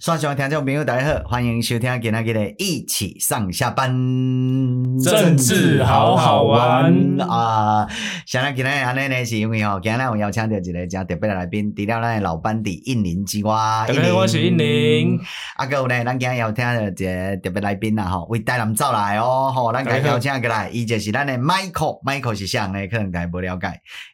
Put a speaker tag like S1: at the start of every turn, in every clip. S1: 线上的听众朋友大家好，欢迎收听今天的一起上下班，
S2: 政治好好玩
S1: 啊！像咱今天安尼呢，是因为吼，今天我邀请到一个真特别的来宾，除了咱的老班底印尼之外，
S2: 大家好，我是印宁。
S1: 啊，还有呢，咱今日邀请到一个特别来宾啦，吼，为台南走来哦，吼，咱今日邀请过来，伊就是咱的 Michael，Michael 是谁呢？可能大家不了解，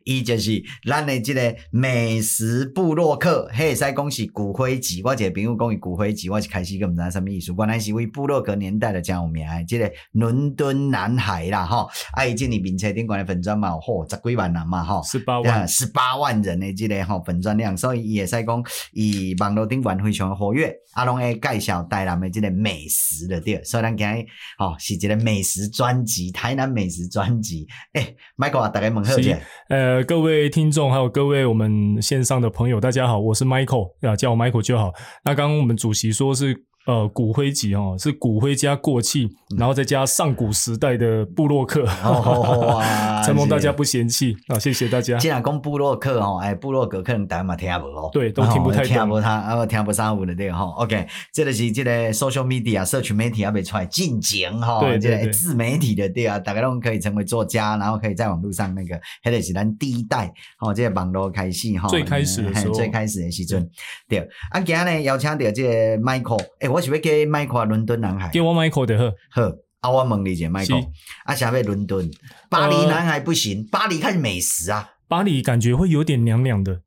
S1: 伊就是咱的这个美食部落客，嘿，使讲是骨灰级，我一个朋友讲伊骨灰级，我一开始个毋知道什么意思，原来是为部落格年代的真有名的，这个伦敦男孩啦，吼，啊，伊今年面册顶关的粉砖嘛，有吼，十几万人嘛，吼。
S2: 十八
S1: 啊，
S2: 万，
S1: 十八万人的这个吼粉钻量，所以伊会使讲，伊网络顶端非常活跃，啊，拢会介绍台南的这个美食的对了，所以咱今日吼是一个美食专辑，台南美食专辑。诶、m i c h a e l 啊，大家问好者
S2: 是，呃，各位听众还有各位我们线上的朋友，大家好，我是 Michael，啊，叫我 Michael 就好。那刚刚我们主席说是呃骨灰级哦，是骨灰加过气，然后再加上古时代的布洛克，
S1: 嗯哦哇
S2: 承蒙大家
S1: 是
S2: 不嫌弃啊，谢谢大家。
S1: 既然讲部落客吼，哎，部落格可能大家嘛听无哦，
S2: 对都听不太懂
S1: 听无他，啊，听不啥有的对吼。OK，这个是这个 social media 社群媒体还没出来进前吼，
S2: 对
S1: 这
S2: 对
S1: 个
S2: 对
S1: 自媒体的对啊，大家都可以成为作家，然后可以在网络上那个，迄个是咱第一代吼，这个网络开始吼，
S2: 最开始的时候
S1: 嘿最开始的时阵，对。啊，今日呢邀请到这个 Michael，哎，我是要给 Michael 伦敦男孩，
S2: 给我 Michael 的呵，
S1: 好。啊，我问你一下，Michael，
S2: 是呃
S1: 啊，啥要伦敦？巴黎男孩不行，巴黎看美食啊，
S2: 巴黎感觉会有点凉凉的，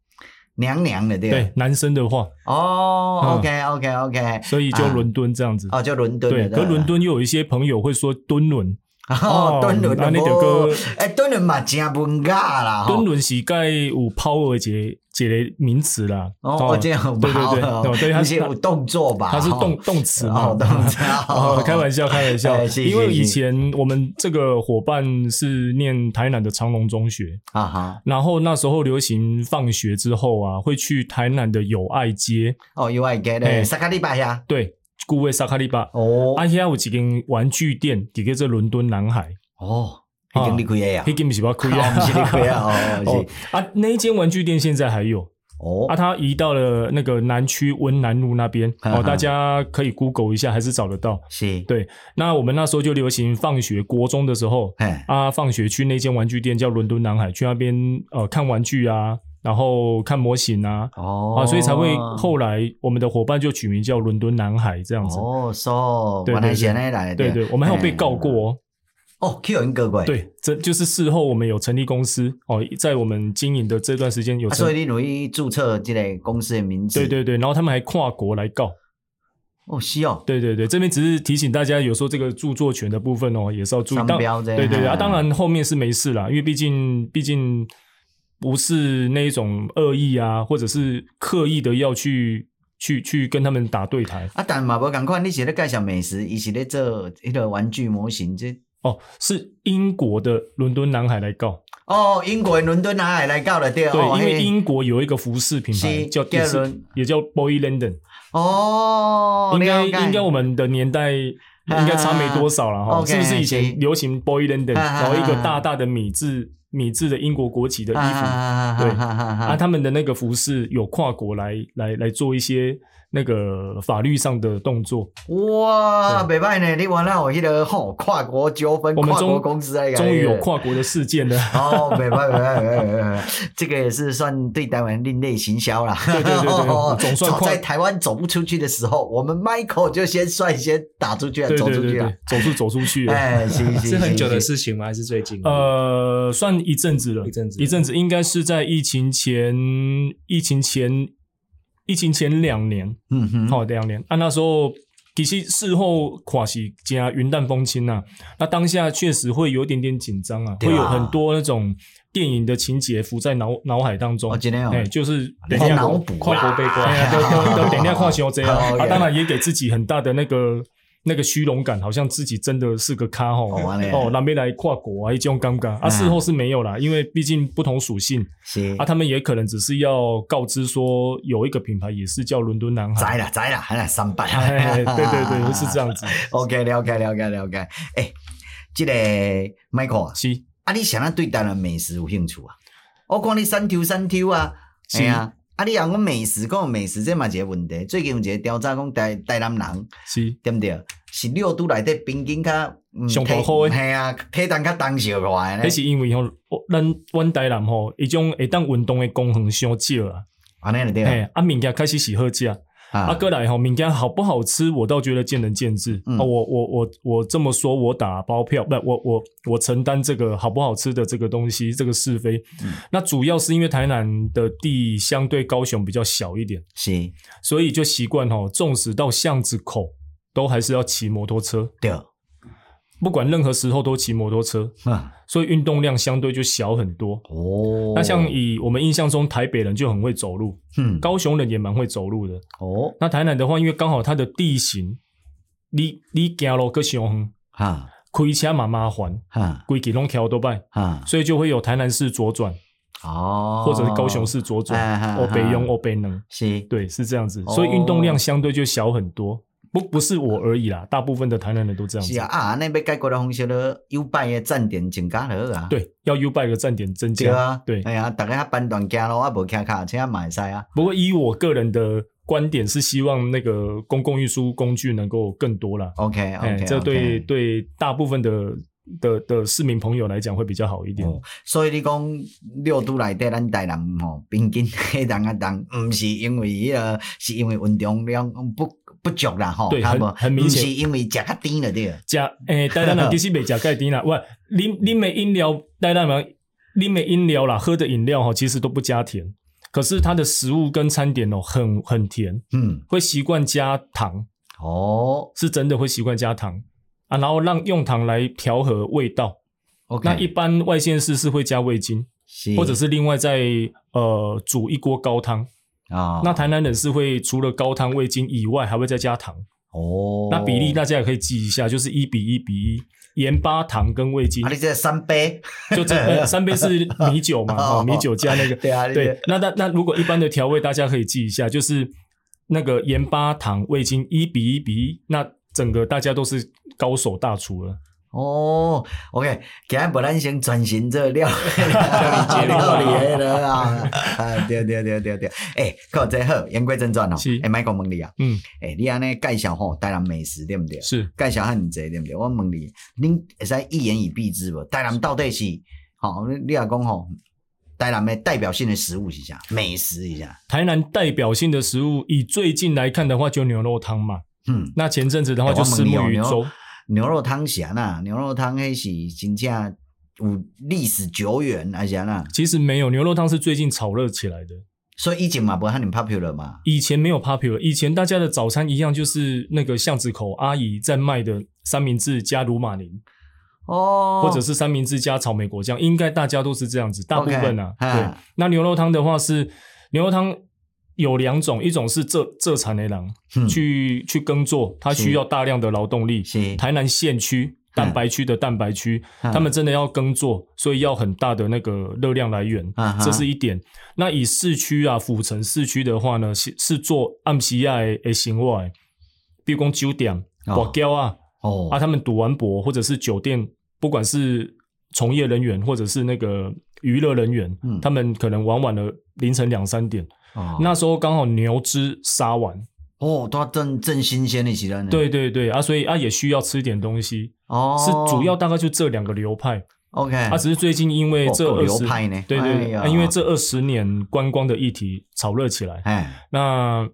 S1: 娘娘的对啊吧
S2: 对男生的话，
S1: 哦
S2: 嗯
S1: ，OK OK OK，
S2: 所以就伦敦这样子。
S1: 哦，就伦敦
S2: 对，
S1: 的，
S2: 可伦敦又有一些朋友会说敦伦，
S1: 哦，敦伦
S2: 啊
S1: 的
S2: 那
S1: 无
S2: 就搁
S1: 哎，敦伦嘛真文雅啦，吼
S2: 敦，伦是盖有 power 一个一个名词啦。
S1: 哦，我这样有
S2: 对对对
S1: 包
S2: 哦对它
S1: 不
S2: 是
S1: 是有动作吧？
S2: 它是
S1: 吼
S2: 动动词嘛？
S1: 哦，动 作
S2: 哦，开玩笑，开玩笑
S1: 哎是，
S2: 因为
S1: 是是
S2: 以前我们这个伙伴是念台南的长隆中学，
S1: 啊哈，
S2: 然后那时候流行放学之后啊，会去台南的友爱街，
S1: 哦，You I get
S2: 哎
S1: it，萨卡利巴呀，
S2: 对，顾位萨卡利巴，
S1: 哦
S2: 啊，遐有一间玩具店，伫个这伦敦南海，
S1: 哦，已经离开呀，
S2: 迄间毋是我开
S1: 哦
S2: 啊，
S1: 不是离开啊，哦，
S2: 哦
S1: 是
S2: 啊，那一间玩具店现在还有，
S1: 哦，
S2: 啊， 它移到了那个南区温南路那边，
S1: 哈哈
S2: 哦，大家可以 Google 一下，还是找得到。
S1: 是，
S2: 对，那我们那时候就流行放学，国中的时候
S1: 嘿，
S2: 啊，放学去那间玩具店叫伦敦南海，去那边呃看玩具啊，然后看模型啊，
S1: 哦，
S2: 啊，所以才会后来我们的伙伴就取名叫伦敦南海这样子。
S1: 哦，so，哎
S2: 对
S1: 原来
S2: 对
S1: 是安尼来的，
S2: 对对，我们还有被告过哦。
S1: 哦，去人过过，
S2: 对，这就是事后我们有成立公司哦，在我们经营的这段时间有
S1: 啊，
S2: 成
S1: 所以你容易注册这个公司的名字。
S2: 对对对，然后他们还跨国来告。
S1: 哦，是哦，
S2: 对对对，这边只是提醒大家，有时候这个著作权的部分哦，也是要注意
S1: 商
S2: 当
S1: 标这样
S2: 对对对啊，
S1: 嗯
S2: 当然后面是没事啦，因为毕竟毕竟不是那一种恶意啊，或者是刻意的要去去去跟他们打对台
S1: 啊，但嘛无共款，你是咧介绍美食，伊是咧做迄个玩具模型这。
S2: 哦，是英国的伦敦男孩来告，
S1: 哦，英国的伦敦哪里来到了对？
S2: 对，
S1: 哦
S2: 因为
S1: 嘿
S2: 英国有一个服饰品牌
S1: 是
S2: 叫也
S1: 叫
S2: 是
S1: 伦
S2: 也叫 Boy London，
S1: 哦，
S2: 应该
S1: 了解
S2: 应该我们的年代。应该差没多少了
S1: 啊
S2: 哈，
S1: ，OK，
S2: 是不是
S1: 是
S2: 以前流行 Boy London，
S1: 啊啊啊
S2: 然后一个大大的米字米字的英国国旗的衣服，
S1: 啊
S2: 对
S1: 啊啊啊
S2: 啊，他们的那个服饰有跨国来来来做一些那个法律上的动作。
S1: 哇，袂歹呢！你原来有迄个吼跨国纠纷，
S2: 我们
S1: 跨国
S2: 终
S1: 公司啊来
S2: 终于有跨国的事 件了。
S1: 哦，袂歹袂歹袂歹袂歹，这个也是算对台湾另类行销啦。
S2: 对对对对总算
S1: 早
S2: 跨
S1: 在台湾走不出去的时候，我们 Michael 就先率先打出去了，
S2: 对
S1: 走
S2: 对
S1: 出
S2: 对
S1: 去了
S2: 对。，走出走出去 了。
S1: 哎，行行，
S3: 是很久的
S1: 是
S3: 事情吗？还是最近？，
S2: 呃，算一阵子了，
S3: 一阵子
S2: 一阵子，应该是在疫情前，疫情前，疫情前两年，
S1: 嗯哼，
S2: 好、两年。啊，那时候其实事后垮是加云淡风轻呐、啊，那当下确实会有点点紧张啊，
S1: 对啊
S2: 会有很多那种电影的情节浮在脑脑海当中。
S1: 哦真的哦
S2: 哎，就是
S1: 你
S2: 等
S1: 在
S2: 一下
S1: 脑
S2: 我
S1: 补
S3: 跨国被
S2: 哎呀，都 都都
S1: 挂，
S2: 等一下跨修这样
S1: 哦
S2: 啊，
S1: ，OK
S2: 当然也给自己很大的那个那个虚荣感，好像自己真的是个咖吼
S1: 哦安尼啊
S2: 哦，那边来跨国啊，这种尴尬啊，
S1: 嗯
S2: 事后是没有啦，因为毕竟不同属性
S1: 是
S2: 啊，他们也可能只是要告知说有一个品牌也是叫伦敦男
S1: 栽
S2: 孩，
S1: 了栽了，还来三百，
S2: 哎，对对 对，是这。样子，
S1: OK，了解了解了解。哎，这个 Michael 啊，
S2: 是
S1: 啊，你想要对台湾美食有兴趣啊？我看你三条三条啊，哎呀，啊，你讲讲美食，讲美食这嘛一个问题。最近有一个调查讲台台南人
S2: 是
S1: 对毋对？是六都内底平均较嗯
S2: 上大
S1: 体
S2: 块的
S1: 嘿啊，体重较重小块
S2: 迄
S1: 咧。
S2: 是因为吼，咱阮台南吼，伊种会当运动的功能伤少啊，
S1: 安尼就对了。
S2: 嘿，啊物件开始是好食，啊，
S1: 啊，
S2: 过来吼，物件好不好吃，我倒觉得见仁见智。
S1: 嗯
S2: 啊，我我我我这么说，我打包票，不，我我我承担这个好不好吃的这个东西，这个是非。
S1: 嗯
S2: 那主要是因为台南的地相对高雄比较小一点，
S1: 是
S2: 所以就习惯吼，纵使到巷子口，都还是要骑摩托车，
S1: 对，
S2: 不管任何时候都骑摩托车，
S1: 哼
S2: 所以运动量相对就小很多。
S1: 哦，
S2: 那像以我们印象中，台北人就很会走路，
S1: 嗯
S2: 高雄人也蛮会走路的。
S1: 哦
S2: 那台南的话，因为刚好它的地形，你你行路个上远，
S1: 哈
S2: 开车嘛麻烦，
S1: 哈
S2: 规矩拢桥都拜，
S1: 哈
S2: 所以就会有台南市左转，
S1: 哦，
S2: 或者是高雄市左
S1: 哎
S2: 转，
S1: 哈
S2: 哦北
S1: 哈
S2: 用哦北能，
S1: 是
S2: 对，是这样子，
S1: 哦
S2: 所以运动量相对就小很多。不不是我而已啦，大部分的台南人都这样
S1: 是
S2: 子
S1: 啊。啊，安尼要解决的方式咧，优拜的站点增加了啊。
S2: 对，要 U bike 的站点增
S1: 对
S2: 加
S1: 啊，。
S2: 对，
S1: 哎呀，大家班段行路啊，无骑卡车嘛会使啊。
S2: 不过以我个人的观点是希望那个公共运输工具能够更多啦。
S1: OK
S2: 哎，
S1: OK，
S2: 这对对大部分的的的市民朋友来讲会比较好一点。
S1: 哦所以你讲六都内底咱台南吼，平均迄人啊人，毋是因为迄个，是因为运动量不不足啦吼，
S2: 对
S1: 较
S2: 很
S1: 无
S2: 很明显
S1: 毋是因为食较甜了对了。
S2: 食诶，台南人其实袂食钙 丁啦，喂，啉啉的饮料，台南人啉的饮料啦，喝的饮料哈，其实都不加甜，可是它的食物跟餐点哦，很很甜，
S1: 嗯，
S2: 会习惯加糖，
S1: 哦
S2: 是真的会习惯加糖啊，然后让用糖来调和味道。
S1: ，OK，
S2: 那一般外县市是会加味精，
S1: 是
S2: 或者是另外再呃煮一锅高汤。
S1: 啊，
S2: 那台南人是会除了高汤味精以外，还会再加糖。
S1: 哦，
S2: 那比例大家也可以记一下，就是一比一比一，盐巴、糖跟味精
S1: 啊，，你这三杯，
S2: 就这呃三杯是米酒 嘛，
S1: 哦
S2: 哦，米酒加那个
S1: 对啊，你
S2: 对
S1: 这。
S2: 那那那如果一般的调味，大家可以记一下，就是那个盐巴、糖、味精一比一比一，那整个大家都是高手大厨了。
S1: 哦，OK，今日无咱先转型做 料
S2: 理
S1: 料理迄个啊，啊，对对对对对，诶，靠，这好，言归正传哦，
S2: 是
S1: 诶，麦克问你啊，
S2: 嗯，
S1: 诶，你安尼介绍吼，台南美食对毋啊对？
S2: 是
S1: 介绍很济对毋对？我问你，恁会使一言以蔽之无？台南到底是吼，你你若讲吼，台南的代表性的食物是啥？美食是啥？
S2: 台南代表性的食物，以最近来看的话，就牛肉汤嘛。
S1: 嗯，
S2: 那前阵子的话，
S1: 哎
S2: 就
S1: 我问
S2: 石
S1: 你
S2: 目
S1: 哦
S2: 鱼
S1: 牛
S2: 粥。
S1: 牛肉汤是安那？牛肉汤迄是真正有历史久远，还是安那？
S2: 其实没有，牛肉汤是最近炒热起来的。
S1: 所以以前嘛无赫尔 popular 嘛。
S2: 以前没有 popular，以前大家的早餐一样就是那个巷子口阿姨在卖的三明治加鲁马林，
S1: 哦，
S2: 或者是三明治加草莓果酱，应该大家都是这样子，大部分啊。
S1: OK，
S2: 对
S1: 啊，
S2: 那牛肉汤的话是牛肉汤有两种，一种是浙浙产的狼、
S1: 嗯
S2: 去去耕作，它需要大量的劳动力。
S1: 是哎
S2: 台南县区蛋白区的蛋白区，
S1: 嗯
S2: 他们真的要耕作，所以要很大的那个热量来源
S1: 啊，哈
S2: 这是一点。那以市区啊，府城市区的话呢，是是做暗时啊的行为，比如讲九点、
S1: 哦
S2: 挂胶啊，
S1: 哦
S2: 啊，他们赌完博或者是酒店，不管是从业人员或者是那个娱乐人员，
S1: 嗯
S2: 他们可能玩晚了凌晨两三点，
S1: 哦
S2: 那时候刚好牛只杀完，
S1: 哦，都正正新鲜的时阵呢，
S2: 对对对啊，所以啊也需要吃点东西，
S1: 哦，
S2: 是主要大概就这两个流派，
S1: OK，
S2: 啊，只是最近因为
S1: 哦
S2: 这
S1: 够
S2: 二
S1: 流
S2: 十、
S1: 派呢
S2: 对对
S1: 哎
S2: 对，
S1: 呀
S2: 啊因为这二十年观光的议题炒热起来，
S1: 哎
S2: 那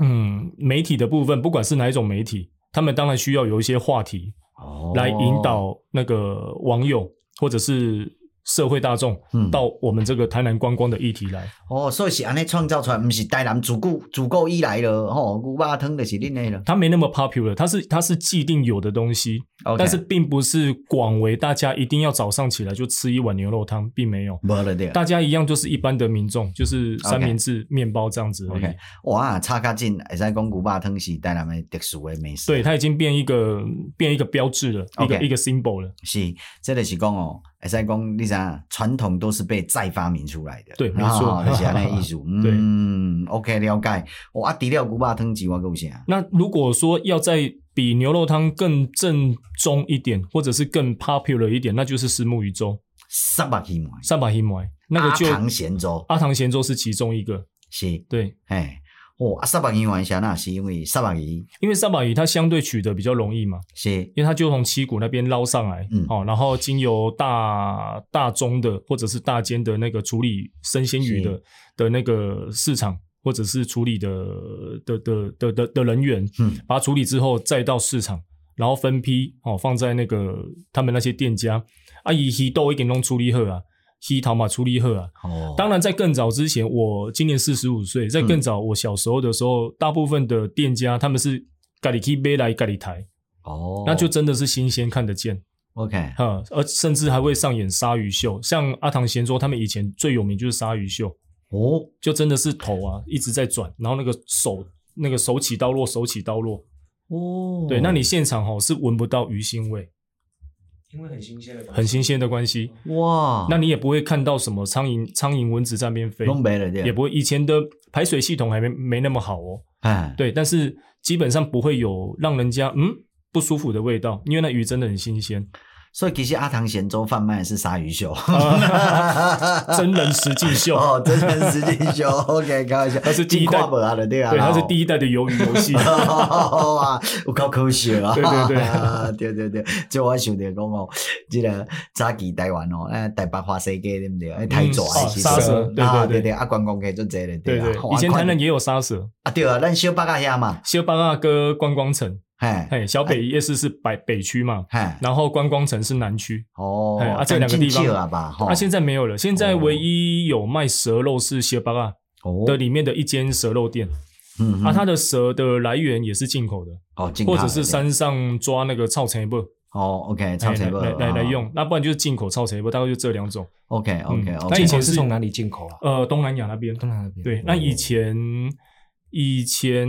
S2: 嗯，媒体的部分，不管是哪一种媒体，他们当然需要有一些话题
S1: 哦
S2: 来引导那个网友或者是社会大众
S1: 嗯
S2: 到我们这个台南观光的议题来。
S1: 哦，所以是安尼创造出来，毋是台南自古自古以来了吼，牛肉汤就是恁的了。
S2: 它没那么 popular，它是它是既定有的东西
S1: OK
S2: 但是并不是广为大家一定要早上起来就吃一碗牛肉汤，并没有。
S1: 无了对了。
S2: 大家一样就是一般的民众，就是三明治、面包这样子而已。
S1: OK，哇，差较近，会使讲牛肉汤是台南的特殊的美食。
S2: 对，，它已经变一个变一个标志了
S1: OK
S2: 一个一个 symbol 了。
S1: 是，这就是讲哦，会使讲你知影，传统都是被再发明出来的，
S2: 对没错
S1: 哦就是安尼意思。
S2: 对
S1: 嗯，OK，了解。哦，啊，除了牛肉汤之外，还有啥？
S2: 那如果说要再比牛肉汤更正宗一点，或者是更 popular 一点，那就是石目鱼粥、
S1: 三百起嘛，
S2: 三把黑麦，那个就
S1: 阿唐咸粥
S2: 阿唐咸粥是其中一个。
S1: 是，
S2: 对，
S1: 哎，哦，啊，三百鱼玩啥那是因为三百鱼
S2: 因为三把鱼它相对取得比较容易嘛，
S1: 是，
S2: 因为它就从七股那边捞上来，
S1: 嗯
S2: 哦，然后经由大大中的或者是大间的那个处理生鲜鱼的的那个市场，或者是处理的的的的的的人员，
S1: 嗯，
S2: 把它处理之后再到市场，然后分批哦放在那个他们那些店家，啊，以鱼豆一点弄处理好啊，鱼头嘛处理好啊。
S1: 哦，
S2: 当然，在更早之前，我今年四十五岁，在更早我小时候的时候，大部分的店家他们是咖喱 K 杯来咖喱台。
S1: 哦，
S2: 那就真的是新鲜看得见，
S1: OK，
S2: 哈，而甚至还会上演鲨鱼秀，像阿唐贤说他们以前最有名就是鲨鱼秀，
S1: 哦，
S2: 就真的是头啊一直在转，然后那个手那个手起刀落，手起刀落，
S1: 哦，
S2: 对，那你现场吼是闻不到鱼腥味，
S3: 因为很新鲜的关系，
S2: 很新鲜的关系，
S1: 哇，
S2: 那你也不会看到什么苍蝇苍蝇蚊子在那边飞，
S1: 拢没了对，
S2: 也不会以前的排水系统还没没那么好哦，
S1: 哎，
S2: 对，但是基本上不会有让人家嗯不舒服的味道，因为那鱼真的很 新鲜。
S1: 所以其实阿唐咸粥贩卖的是鲨鱼秀，
S2: 真人实境秀，
S1: 哦，真人实境秀 ，OK，开玩笑，
S2: 它是第一代
S1: 跨博啊的对啊，
S2: 对，它是
S1: 一。。
S2: 第一代的鱿鱼游戏
S1: 哇，有够科学啊！
S2: 对对对
S1: 啊 对对对，即我想着讲哦，即个早期台湾哦，诶，台北花西街对不对？哎诶，太早
S2: 哦
S1: 是
S2: 沙
S3: 蛇
S2: 对
S1: 啊对
S2: 对对
S1: 对，啊，观光客就侪咧，
S2: 对
S1: 啊
S2: 对，以前台南也有沙蛇，
S1: 啊，对啊，咱小北家遐嘛，
S2: 西班牙啊跟观光城，
S1: 嘿，
S2: 嘿，小北夜市是北北区嘛，
S1: 嘿，
S2: 然后观光城是南区。
S1: 哦
S2: 嘿，啊这两个地方
S1: 真少啊吧，吼
S2: 啊，，现在没有了，现在唯一有卖蛇肉是啊西班牙
S1: 哦
S2: 的里面的一间蛇肉店。
S1: 嗯
S2: 啊，
S1: 嗯
S2: 它的蛇的来源也是进口的，
S1: 哦，进口
S2: 或
S1: 的
S2: 者是山上抓那个草蛇不
S1: 哦，OK，
S2: 来
S1: 超前
S2: 哎来来来用，那不然就是进口草蛇不，大概就这两种。
S1: ，OK OK
S2: 嗯
S1: OK，
S2: 那
S3: 进
S2: 以
S3: 口
S2: 前
S3: 是
S2: 是
S3: 从哪里进口啊？
S2: 呃，东南亚那边，
S3: 东南亚那边。
S2: 对，那以前以前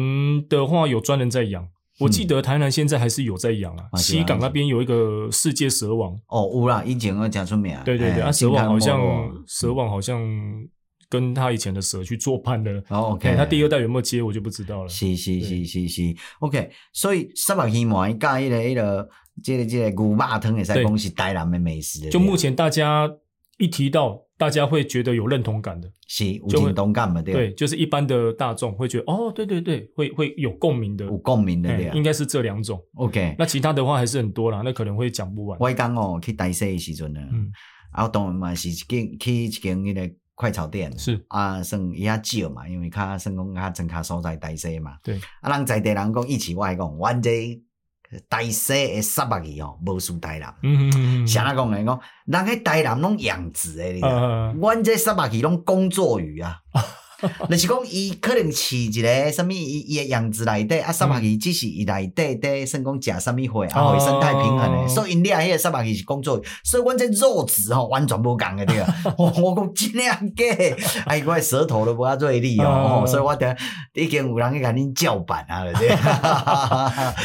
S2: 的话有专人在养，我记得台南现在还是有在养啊。
S1: 啊是啊
S2: 西港那边有一个世界蛇王，
S1: 哦，有啦，以前我讲出名，
S2: 对对对，
S1: 嘿
S2: 啊，蛇王好像
S1: 金啊康莫洛
S2: 蛇王好像跟他以前的蛇去做伴了。
S1: 哦
S2: 哎
S1: ，OK，
S2: 他第二代有没有接我就不知道了。
S1: 是是是
S2: 对
S1: 是是，OK，所以三百鱼丸甲迄个迄个，即个即个牛肉汤会使
S2: 对
S1: 讲是台南的美食的。
S2: 就目
S1: 前
S2: 前大家一提到，大家会觉得有认同感的，
S1: 是有
S2: 就会
S1: 真同感嘛，对吧，啊
S2: 对，就是一般的大众会觉得哦，对对对，会会有共鸣的
S1: 有，共鸣的
S2: 哎
S1: 对啊
S2: 应。该是这两种。
S1: OK，
S2: 那其他的话还是很多啦，那可能会讲不完。
S1: 我讲哦，去台西的时阵呢
S2: 嗯，
S1: 啊，我当然嘛是一间去一间迄个快炒店。
S2: 是。
S1: 啊，算伊较少嘛，因为较算讲较真较所在台西嘛。
S2: 对。
S1: 啊，咱在地人讲，一起我来讲，阮这台西的三百鱼哦，无输台南。
S2: 嗯嗯嗯嗯，
S1: 谁来讲来讲，人迄台南拢养殖的，你知道吗
S2: 呃，
S1: 阮啊这三百鱼拢工作鱼 啊，就是讲伊可能饲一个什物伊伊的养殖内底啊，三百鱼只是伊内底底算讲食什物货啊，
S2: 嗯哦
S1: 互伊生态平衡的，所以因掠迄个三百鱼是工作鱼，所以阮这肉质吼完全无共的对 啊，我我讲真诶假的，哎，我的舌头都无遐锐利哦，
S2: 嗯
S1: 吼所以我等下已经有人去甲恁叫板啊，对啊，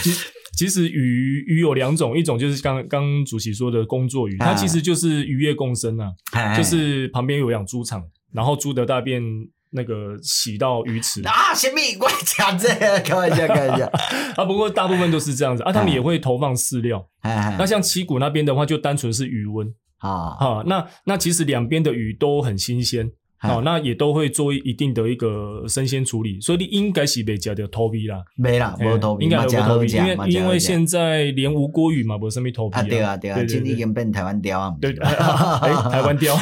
S2: 其实鱼鱼有两种，一种就是刚刚主席说的工作鱼，
S1: 啊哎
S2: 它其实就是渔业共生啊， 就是旁边有养猪场，然后猪的大便那个洗到鱼 池
S1: 啊，什么？ 我讲这个，开玩笑，开 玩笑，
S2: 啊。不过大部分都是这样子啊，他们也会投放饲料。
S1: 哎
S2: 那像旗鼓那边的话，就单纯是鱼温
S1: 啊，
S2: 哈、那那其实两边的鱼都很新鲜。
S1: 啊
S2: 好、那也都会做一定的一个生鲜处理，所以你应该是被加的头皮啦，
S1: 没啦，啊无头皮，
S2: 应该
S1: 嘛
S2: 有
S1: 真
S2: 头
S1: 好
S2: 皮，
S1: 食
S2: 因
S1: 嘛
S2: 为
S1: 真
S2: 因
S1: 好
S2: 为
S1: 食
S2: 现在连无锅鱼嘛，无什么头皮
S1: 啊对啊对啊，
S2: 对
S1: 今
S2: 对
S1: 已经变台湾雕啊，
S2: 对， 哎，台 湾雕，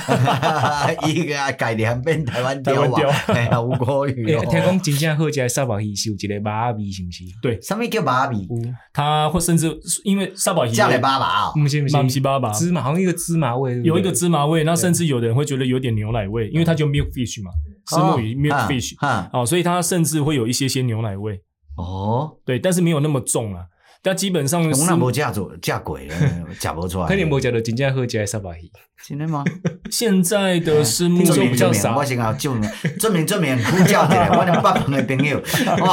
S1: 伊个啊改良变台湾
S2: 台
S1: 雕
S2: 湾雕
S1: 啊，哎呀，有国 语
S3: 哎，
S1: 哦
S3: 听。讲真正好食的沙巴鱼是有一个麻味，是不是？
S1: 什么叫芭比？
S3: 有，
S2: 它会甚至因为沙宝鱼
S1: 叫来芭芭哦，
S3: 不嗯是不
S2: 马西
S3: 是，
S2: 巴吧，
S3: 芝麻好像一个芝麻味，对不对
S2: 有一个芝麻味，那甚至有的人会觉得有点牛奶味，因为它就 milk fish 嘛，石墨鱼 milk fish，
S1: 哦啊，
S2: 哦，所以它甚至会有一些些牛奶味，
S1: 哦，
S2: 对，但是没有那么重啊。但基本上
S1: 我
S2: 是
S1: 那无食做食 过，食无出来。
S3: 可能无食到真正好食的沙巴鱼。
S1: 真 的吗？
S2: 现在
S1: 哎
S2: 的石墨
S3: 听
S1: 证
S3: 说
S1: 明
S3: 比
S2: 鱼
S3: 较
S1: 证明，
S3: 少
S1: 我先啊证明证明证明，呼叫一 下，我哋北门的朋友，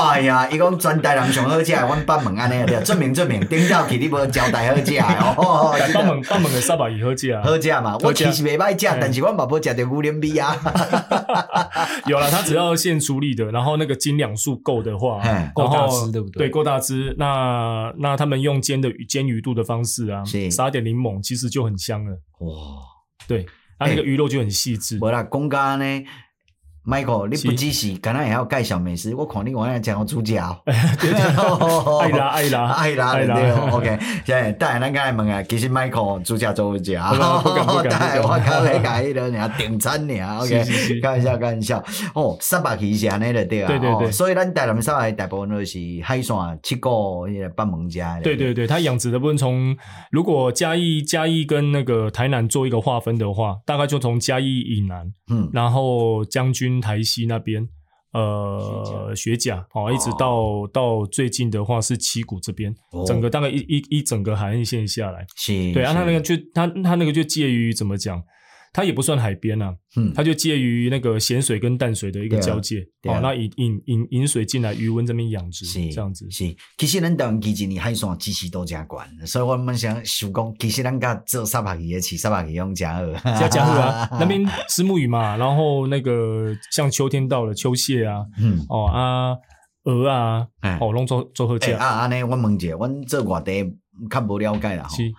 S1: 哎呀，伊讲全台南上好食，阮北门安尼对，证明证明，顶到去你无交代好食哦， 真的
S2: 半猛半猛的沙宝鱼喝起啊，
S1: 好食嘛，我
S2: 好食
S1: 其实袂歹食，
S2: 哎
S1: 但是我嘛无食着牛奶米啊。
S2: 有了，它只要现处理的，然后那个斤两数够的话
S1: 哎，
S3: 够大
S2: 然后
S3: 只对不对
S2: 对，够大只。那那他们用煎的鱼煎鱼肚的方式啊
S1: 是，
S2: 撒点柠檬，其实就很香了。
S1: 哇，
S2: 对，它、
S1: 哎
S2: 那个鱼肉就很细致。
S1: 无啦，讲到安尼， Michael，你不
S2: 是
S1: 只是敢若会晓介绍美食，我看你原来真有主 角。爱
S2: 爱啦爱啦
S1: 哦爱啦，对
S2: 爱啦
S1: 哦 OK，现在等下咱甲伊问啊，其实 Michael 主角做不假，
S2: 不敢 不敢不敢
S1: 等下我靠你甲迄个尔订餐 尔，OK，
S2: 是是是
S1: 开玩笑开玩笑。哦，三百鱼是安尼就对啊，
S2: 对对对
S1: 哦所以咱台南三百大部分都是海线七个迄个北门家的，
S2: 对对对，它养殖的部分从如果嘉义嘉义跟那个台南做一个划分的话，大概就从嘉义以南，
S1: 嗯，
S2: 然后将军台西那边，呃，学甲哦，一直到、到最近的话是旗鼓这边，
S1: 哦
S2: 整个大概一一一整个海岸线下来，
S1: 是，
S2: 对啊，
S1: 是
S2: 它那个就它它那个就介于怎么讲，它也不算海边啊，
S1: 嗯
S2: 它就介于那个咸水跟淡水的一个
S1: 对啊
S2: 交界，
S1: 对啊
S2: 哦，那引引引引水进来，余温这边养殖
S1: 是
S2: 这 样子，
S1: 是，其实咱台湾其实呢海线支持都真悬，所以我们想想讲，其实咱甲做沙白鱼的饲沙白鱼用真好，
S2: 加加户 啊，那边石木鱼嘛，然后那个像秋天到了，秋蟹啊，
S1: 嗯。
S2: 哦啊，鹅啊
S1: 哎，
S2: 哦弄做做喝
S1: 诶、啊
S2: 酱，
S1: 安尼，我问者，阮做外地较无了解啦吼
S2: 是。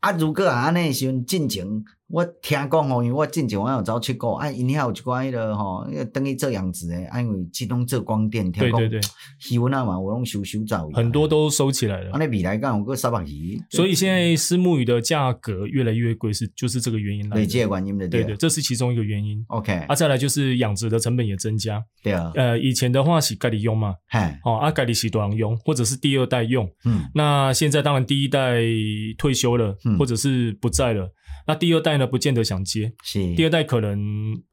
S1: 啊，如果啊安尼的时阵进前，我听讲吼，因为我进前我有走去过，啊，因遐有一寡迄落吼，迄个等于做养殖诶，啊，因为即拢做光电，听
S2: 对
S1: 讲
S2: 对对，
S1: 鱼温啊嘛，有拢收收走去。
S2: 很多都收起来了
S1: 安。尼未来敢有个三百鱼，
S2: 所以现在石木鱼的价格越来越贵，是就是这个原因来
S1: 对这
S2: 的。
S1: 个原因就
S2: 对
S1: 对
S2: 对，
S1: 了。
S2: 这是其中一个原因。
S1: OK，
S2: 啊，再来就是养殖的成本也增加。
S1: 对啊，
S2: 呃，以前的话是盖里用嘛，
S1: 嘿，
S2: 哦，啊盖里是短用，或者是第二代用。
S1: 嗯，
S2: 那现在当然第一代退休了
S1: 嗯，
S2: 或者是不在了，那第二代呢，不见得想接。
S1: 是，
S2: 第二代可能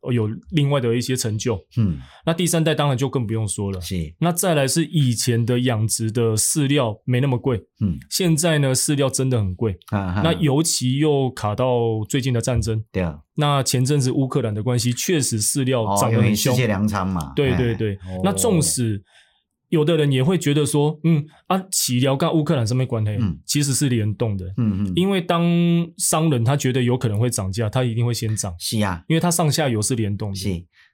S2: 呃有另外的一些成就，
S1: 嗯，
S2: 那第三代当然就更不用说了。
S1: 是，
S2: 那再来是以前的养殖的饲料没那么贵，
S1: 嗯，
S2: 现在呢饲料真的很贵。
S1: 啊哈，
S2: 那尤其又卡到最近的战争，
S1: 对啊，
S2: 那前阵子乌克兰的关系，确实饲料
S1: 哦，
S2: 涨得
S1: 因为
S2: 很
S1: 世
S2: 凶。
S1: 界哎粮仓嘛，
S2: 对
S1: 嘿
S2: 对对，
S1: 哦
S2: 那纵使有的人也会觉得说，嗯啊，起疗跟乌克兰上面关系，
S1: 嗯
S2: 其实是联动的。
S1: 嗯嗯，
S2: 因为当商人他觉得有可能会涨价，他一定会先涨。
S1: 是啊，
S2: 因为它上下游是联动的。
S1: 是，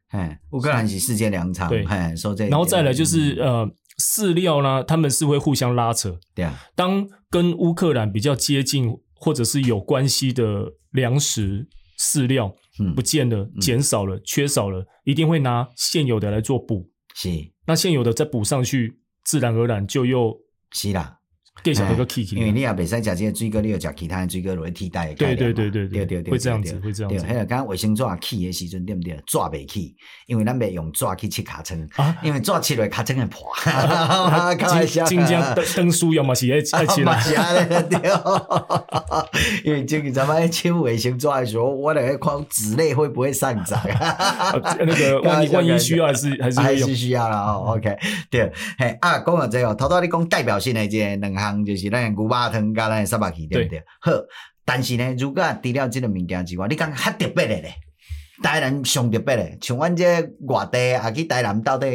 S1: 哎，乌克兰是世界粮仓，
S2: 对
S1: 哎，说这一点，
S2: 然后再来就是、
S1: 嗯
S2: 呃，饲料呢，他们是会互相拉扯。
S1: 对啊，
S2: 当跟乌克兰比较接近或者是有关系的粮食饲料
S1: 嗯
S2: 不，见了、减少了、缺少了，一定会拿现有的来做补。
S1: 是
S2: 那现有的再补上去，自然而然就又
S1: 是啦，
S2: 变小了一个
S1: 哎
S2: key
S1: 因为你也袂使食这个水果，你要食其他的水果来替代的概
S2: 对
S1: 念嘛。
S2: 对对对
S1: 对对对，
S2: 会这样
S1: 对
S2: 子，会这样
S1: 对，
S2: 子
S1: 迄个讲卫生纸啊起的时阵，对不对？纸袂起，因为咱袂用纸去切尻川，
S2: 啊。
S1: 因为纸切落尻川会破。
S2: 啊
S1: 开玩笑
S2: 金金江登登书要嘛是哎爱啊爱起
S1: 嘛
S2: 来，
S1: 是安尼啊对，因为这个咱们抽卫生纸的时候，我来看纸类会不会上涨。
S2: 啊那个
S1: 开
S2: 万
S1: 玩
S2: 一
S1: 笑
S2: 万一需要还是还是
S1: 还
S2: 会用嗯
S1: 是。需要啦哦，OK，对，嘿，啊，讲到这个，头头你讲代表性的这两项就是咱的牛肉汤加咱的沙白鱼，对不对？好，但是呢，如果除了这个物件之外，你讲较特别的咧，台南上特别的，像阮这外地啊去台南到底，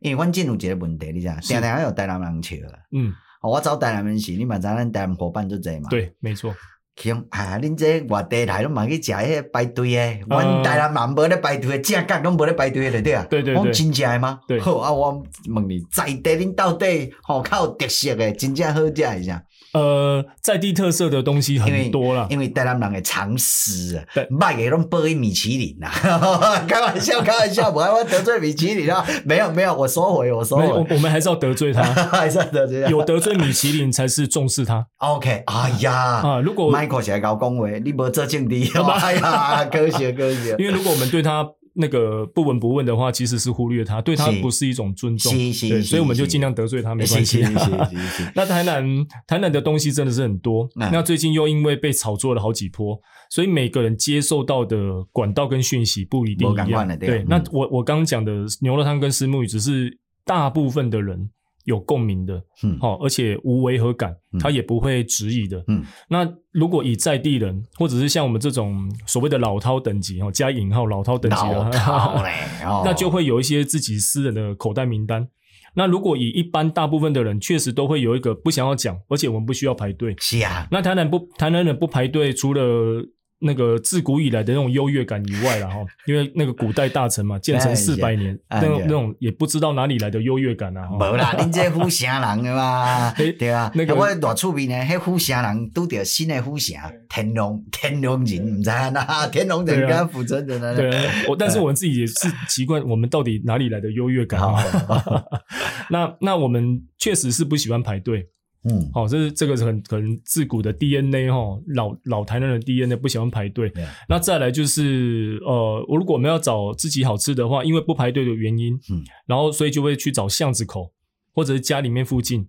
S1: 因为阮真有一个问题，你知道，
S2: 是
S1: 常常还有台南人笑啊。
S2: 嗯，
S1: 哦我走台南门时，你嘛知咱台南伙伴就多嘛？，
S2: 对，没错。
S1: 去讲啊，恁这外地来拢嘛去食迄排队诶，阮、
S2: 嗯
S1: 台南人无咧排队的，正港拢无咧排队诶，对对啊？
S2: 对对对
S1: 我讲真正诶吗？
S2: 对
S1: 好啊，我问你，在地恁到底吼较有特色诶，真正好食一下？
S2: 呃，在地特色的东西
S1: 因为
S2: 很多啦，
S1: 因为台南人诶常识啊
S2: 啊对，
S1: 歹诶拢报伊米其林啦、啊， 开玩笑，开玩笑，不要我得罪米其林啊！没有没有，我收回，我收
S2: 没有我
S1: 回，
S2: 我们还是要得 罪他，
S1: 还是得罪啊。
S2: 有得罪米其林才是重视他
S1: OK，哎呀。
S2: 啊。如果
S1: Michael 是来搞讲话，你无做政治，哎呀，可惜可惜。
S2: 因为如果我们对他那个不闻不问的话，其实是忽略他，对他
S1: 是
S2: 不是一种尊重，
S1: 是是
S2: 对，
S1: 是
S2: 所以我们就是尽量得罪啊他，没
S1: 是
S2: 关
S1: 是
S2: 系。
S1: 是是 是，
S2: 那台南台南的东西真的是很多，
S1: 嗯
S2: 那最近又因为被炒作了好几波，所以每个人接受到的管道跟讯息不一定
S1: 不
S2: 一
S1: 赶快
S2: 样
S1: 了。对
S2: 对
S1: 嗯，
S2: 那我我刚刚讲的牛肉汤跟石目鱼，只是大部分的人有共鸣的，
S1: 嗯
S2: 好，而且无违和感
S1: 嗯，
S2: 他也不会质疑的。
S1: 嗯，
S2: 那如果以在地人，或者是像我们这种所谓的老饕等级哦，加引号老饕等级的，
S1: 老套嘞，哦
S2: 那就会有一些自己私人的口袋名单。那如果以一般大部分的人，确实都会有一个不想要讲，而且我们不需要排队。
S1: 是啊，
S2: 那台南不台南人不排队，除了那个自古以来的那种优越感以外了哈， 因为那个古代大臣嘛，建成四百年，
S1: 哎
S2: 那种
S1: 对
S2: 那种也不知道哪里来的优越感啊。
S1: 无
S2: 哈
S1: 啦，恁这虎城人的嘛，
S2: 哎
S1: 对啊。
S2: 那
S1: 那
S2: 个
S1: 我偌趣味呢，迄虎城人拄着新的虎城，天龙 天龙人，毋知影啦， 天龙人
S2: 对啊
S1: 跟辅真人啊。
S2: 对，我但是我们自己也是奇怪，我们到底哪里来的优越感啊？ 那那我们确实是不喜欢排队，
S1: 嗯，
S2: 哦好、这是这个是很可能自古的 DNA 哈、老老台南人的 DNA 不喜欢排队。
S1: 对啊
S2: 那再来就是呃，我如果我们要找自己好吃的话，因为不排队的原因，
S1: 嗯
S2: 然后所以就会去找巷子口或者是家里面附近。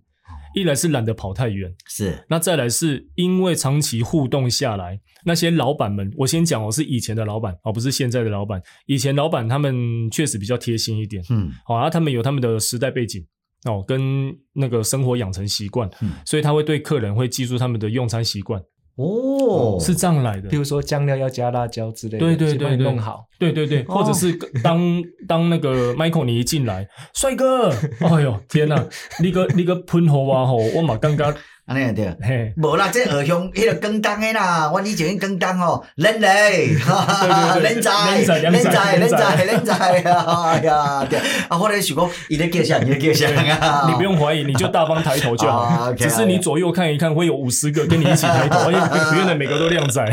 S2: 一来是懒得跑太远，
S1: 是，
S2: 那再来是因为长期互动下来，那些老板们，我先讲哦，是以前的老板哦，不是现在的老板。以前老板他们确实比较贴心一点，
S1: 嗯
S2: 好、然后他们有他们的时代背景哦，跟那个生活养成习惯，
S1: 嗯
S2: 所以他会对客人会记住他们的用餐习惯，
S1: 哦，
S2: 是这样来的
S3: 比。如说酱料要加辣椒之类的，
S2: 对对
S3: 先帮你
S2: 对对
S3: 弄好。
S2: 对对
S1: 哦
S2: 对，或者是 当当那个 Michael 你一进来，帅哥，哎呦天哪、你个你个喷火蛙吼，我嘛刚刚
S1: 安尼对。
S2: 嘿。
S1: 无啦，这耳乡迄个广东的啦，阮以前广东哦，恁嘞，哈哈哈
S2: 对对
S1: 恁
S2: 对
S1: 仔，
S2: 恁仔
S1: 恁仔，
S2: 恁
S1: 恁
S2: 仔
S1: 仔，恁仔啊！哎呀，对，啊，我咧想讲，伊咧叫啥，伊咧叫啥啊？
S2: 你不用怀疑，你就大方抬头就
S1: 啊
S2: 好。
S1: ，OK，
S2: 只是你左右看一看，会有五十个跟你一起抬头，哎而且原来每个都靓 仔。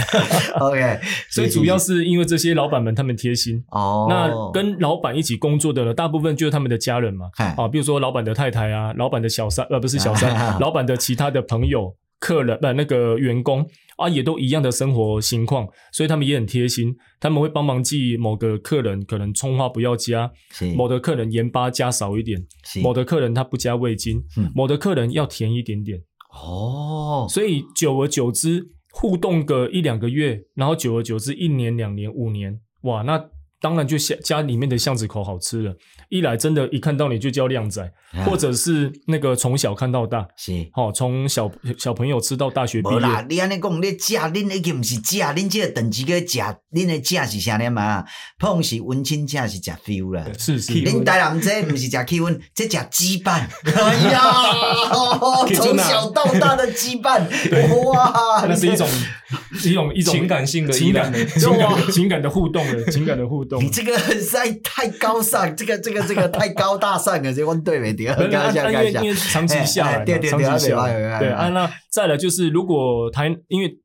S1: ，OK，
S2: 所以主要是因为这些老板们他们贴心，
S1: 哦，
S2: 那跟老板一起工作的呢，大部分就是他们的家 人嘛，
S1: 嗨
S2: 啊，比如说老板的太太啊，老板的小三，呃，不是小三，老板的其他的朋友、客人，呃，那个员工啊，也都一样的生活情况，所以他们也很贴心，他们会帮忙记某个客人可能葱花不要加，
S1: 是
S2: 某的客人盐巴加少一点，
S1: 是
S2: 某的客人他不加味精
S1: 嗯，
S2: 某的客人要甜一点点，
S1: 哦，
S2: 所以久而久之互动个一两个月，然后久而久之一年、两年、五年，哇，那当然就家家里面的巷子口好吃了。一来真的，一看到你就叫靓仔，或者是那个从小看到大，
S1: 是。
S2: 好、从小小朋友吃到大学毕
S1: 无啦
S2: 业，，
S1: 你安尼讲，你食恁已经毋是食，恁即个等级个食，恁的食是啥呢嘛？碰是文青食是食 feel 啦。
S2: 是是
S3: 气
S1: 恁台南这毋是食气氛，这食鸡拌。 哎呀， 从小到大的鸡拌， 哇，
S2: 那是一种一种一种
S3: 情感性的
S2: 情感
S3: 依
S2: 的
S3: 赖
S2: 情感情感的互动了，情感的互动
S1: 你。这个实在太高尚，这个这个这个太高大上了，这问对 没对？
S2: 对
S1: 开玩笑，开
S2: 因为
S1: 玩
S2: 因
S1: 笑
S2: 为。长期下来嘛，
S1: 哎对对对
S2: 长期下
S1: 啊对
S2: 来，
S1: 啊
S2: 对
S1: 对啊
S2: 啊。那再来就是，如果台因为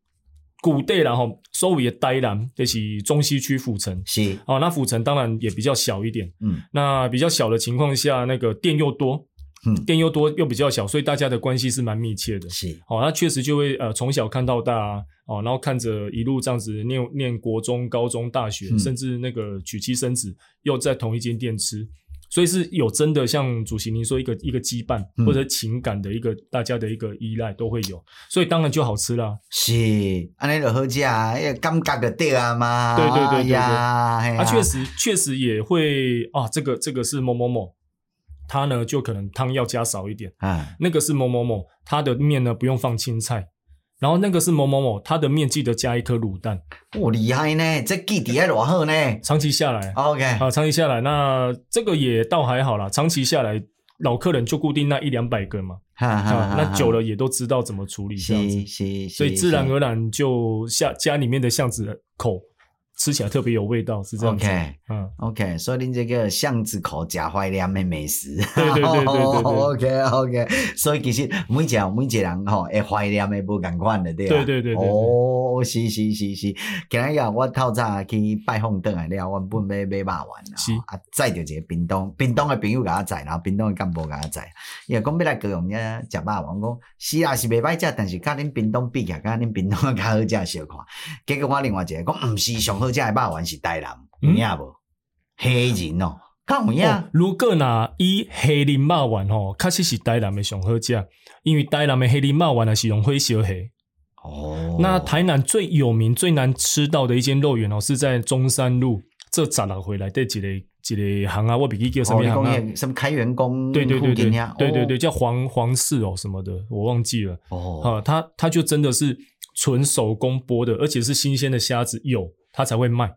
S2: 古代然后收尾的呆然，就是中西区府城。
S1: 是，
S2: 哦，那府城当然也比较小一点。
S1: 嗯，
S2: 那比较小的情况下，那个店又多，
S1: 嗯
S2: 店又多又比较小，所以大家的关系是蛮密切的。
S1: 是，
S2: 哦，那确实就会呃从小看到大啊，哦，然后看着一路这样子念念国中、高中、大学，
S1: 嗯
S2: 甚至那个娶妻生子，又在同一间店吃，所以是有真的像主席您说一个一个羁绊、
S1: 嗯
S2: 或者情感的一个大家的一个依赖都会有，所以当然就好吃啦。
S1: 是，安尼就好食啊，迄个感觉就对啊嘛。
S2: 对对对对对
S1: 哎呀，嘿
S2: 啊，确，实确实也会啊，这个这个是某某某，他呢就可能汤要加少一点，
S1: 啊，
S2: 那个是某某某，他的面呢不用放青菜。然后那个是某某某，他的面记得加一颗卤蛋。
S1: 哦，厉害呢，这记底还偌 好呢。
S2: 长期下来，
S1: OK，
S2: 啊，长期下来，那这个也倒还好啦。长期下来，老客人就固定那一两百个嘛，
S1: 哈
S2: 啊，那久
S1: 了，
S2: 了也都知道怎么处理这样
S1: 是
S2: 子，
S1: 是，
S2: 所以
S1: 是
S2: 自然
S1: 是
S2: 而然就下家里面的巷子口吃起来特别有味道，是这样子。
S1: OK
S2: 嗯，
S1: OK，所以恁这个巷子口假坏了的美食，
S2: 对对对对 对
S1: OK OK，所以其实每一个每一个人吼，会怀念的无共款的对啊
S2: 对对对对对
S1: 哦，是是是是，今日啊，我透早去拜访倒来了，原本要买肉丸啦
S2: 是，
S1: 啊，载着一个屏东屏东的朋友甲我载，然后屏东的干部甲我载，伊讲要来高雄遐食肉丸，我讲是啊是袂歹食，但是甲恁屏东比起来，甲恁屏东的较好食小看。结果我另外一个讲，毋是上好食的肉丸是台南，有
S2: 嗯
S1: 影无？黑人哦，敢有影？
S2: 哦如果若以黑林肉丸吼，确实是台南的上好食，因为台南的黑林肉丸呢是用火烧黑。
S1: 哦，
S2: 那台南最有名、最难吃到的一间肉圆哦，是在中山路这十六回来的一个一个行啊，我比记叫什
S1: 哦，
S2: 么
S1: 你
S2: 行
S1: 讲
S2: 啊？
S1: 那个什么开元宫
S2: 对对对
S1: 附近
S2: 对
S1: 遐
S2: 对对对，，叫黄黄氏哦什么的，我忘记了。
S1: 哦，
S2: 啊，他他就真的是纯手工剥的，而且是新鲜的虾子有，他才会卖。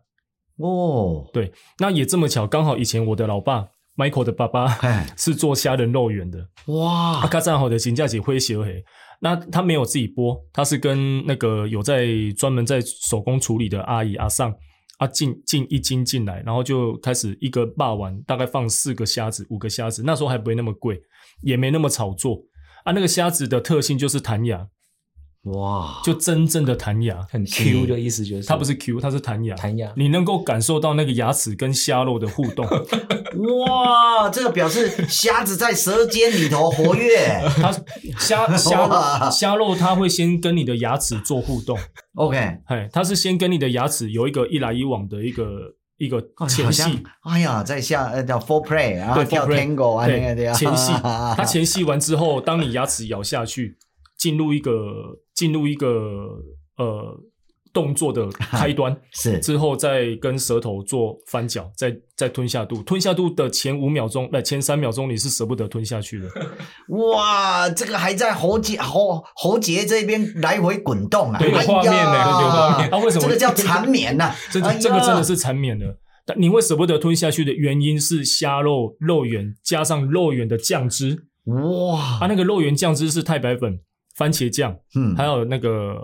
S1: 哦，
S2: 对，那也这么巧，刚好以前我的老爸 Michael 的爸爸
S1: 嘿
S2: 是做虾仁肉圆的，
S1: 哇
S2: 啊，卡赞好的评价是诙谐嘿。那他没有自己剥，他是跟那个有在专门在手工处理的阿姨阿尚啊进进一斤进来，然后就开始一个霸碗，大概放四个虾子、五个虾子。那时候还不会那么贵，也没那么炒作啊。那个虾子的特性就是弹牙，
S1: 哇，
S2: 就真正的弹牙，
S3: 很 Q 的意思就是
S2: 它不是 Q，它是弹牙。
S3: 弹牙，
S2: 你能够感受到那个牙齿跟虾肉的互动，
S1: 哇，这个表示虾子在舌尖里头活 跃。
S2: 它虾
S1: 哇
S2: 虾虾肉它会先跟你的牙齿做互动，
S1: OK，
S2: 嘿，它是先跟你的牙齿有一个一来一往的一个一个
S1: 哦好
S2: 前戏，
S1: 像哎呀，在下呃叫 four play，然后
S2: 对
S1: 跳
S2: foreplay
S1: tango 啊，那个对
S2: 对
S1: 啊，
S2: 前戏，它前戏完之后，当你牙齿咬下去，进入一个进入一个呃动作的开 端
S1: 是
S2: 之后，再跟舌头做翻搅，再再吞下肚，吞下肚的前五秒钟，那前三秒钟你是舍不得吞下 去的，
S1: 哇，这个还在喉结喉喉结这边来回滚动啊，
S2: 对有
S1: 哎呀
S2: 画面呢对有画 面啊为什么
S1: 这个叫缠绵 呐？
S2: 这个、
S1: 哎呀
S2: 这个真的是缠绵的。但你会舍不得吞下去的原因是虾肉肉圆加上肉圆的酱汁，它、
S1: 哇，
S2: 那个肉圆酱汁是太白粉、番茄酱，
S1: 嗯
S2: 还有那个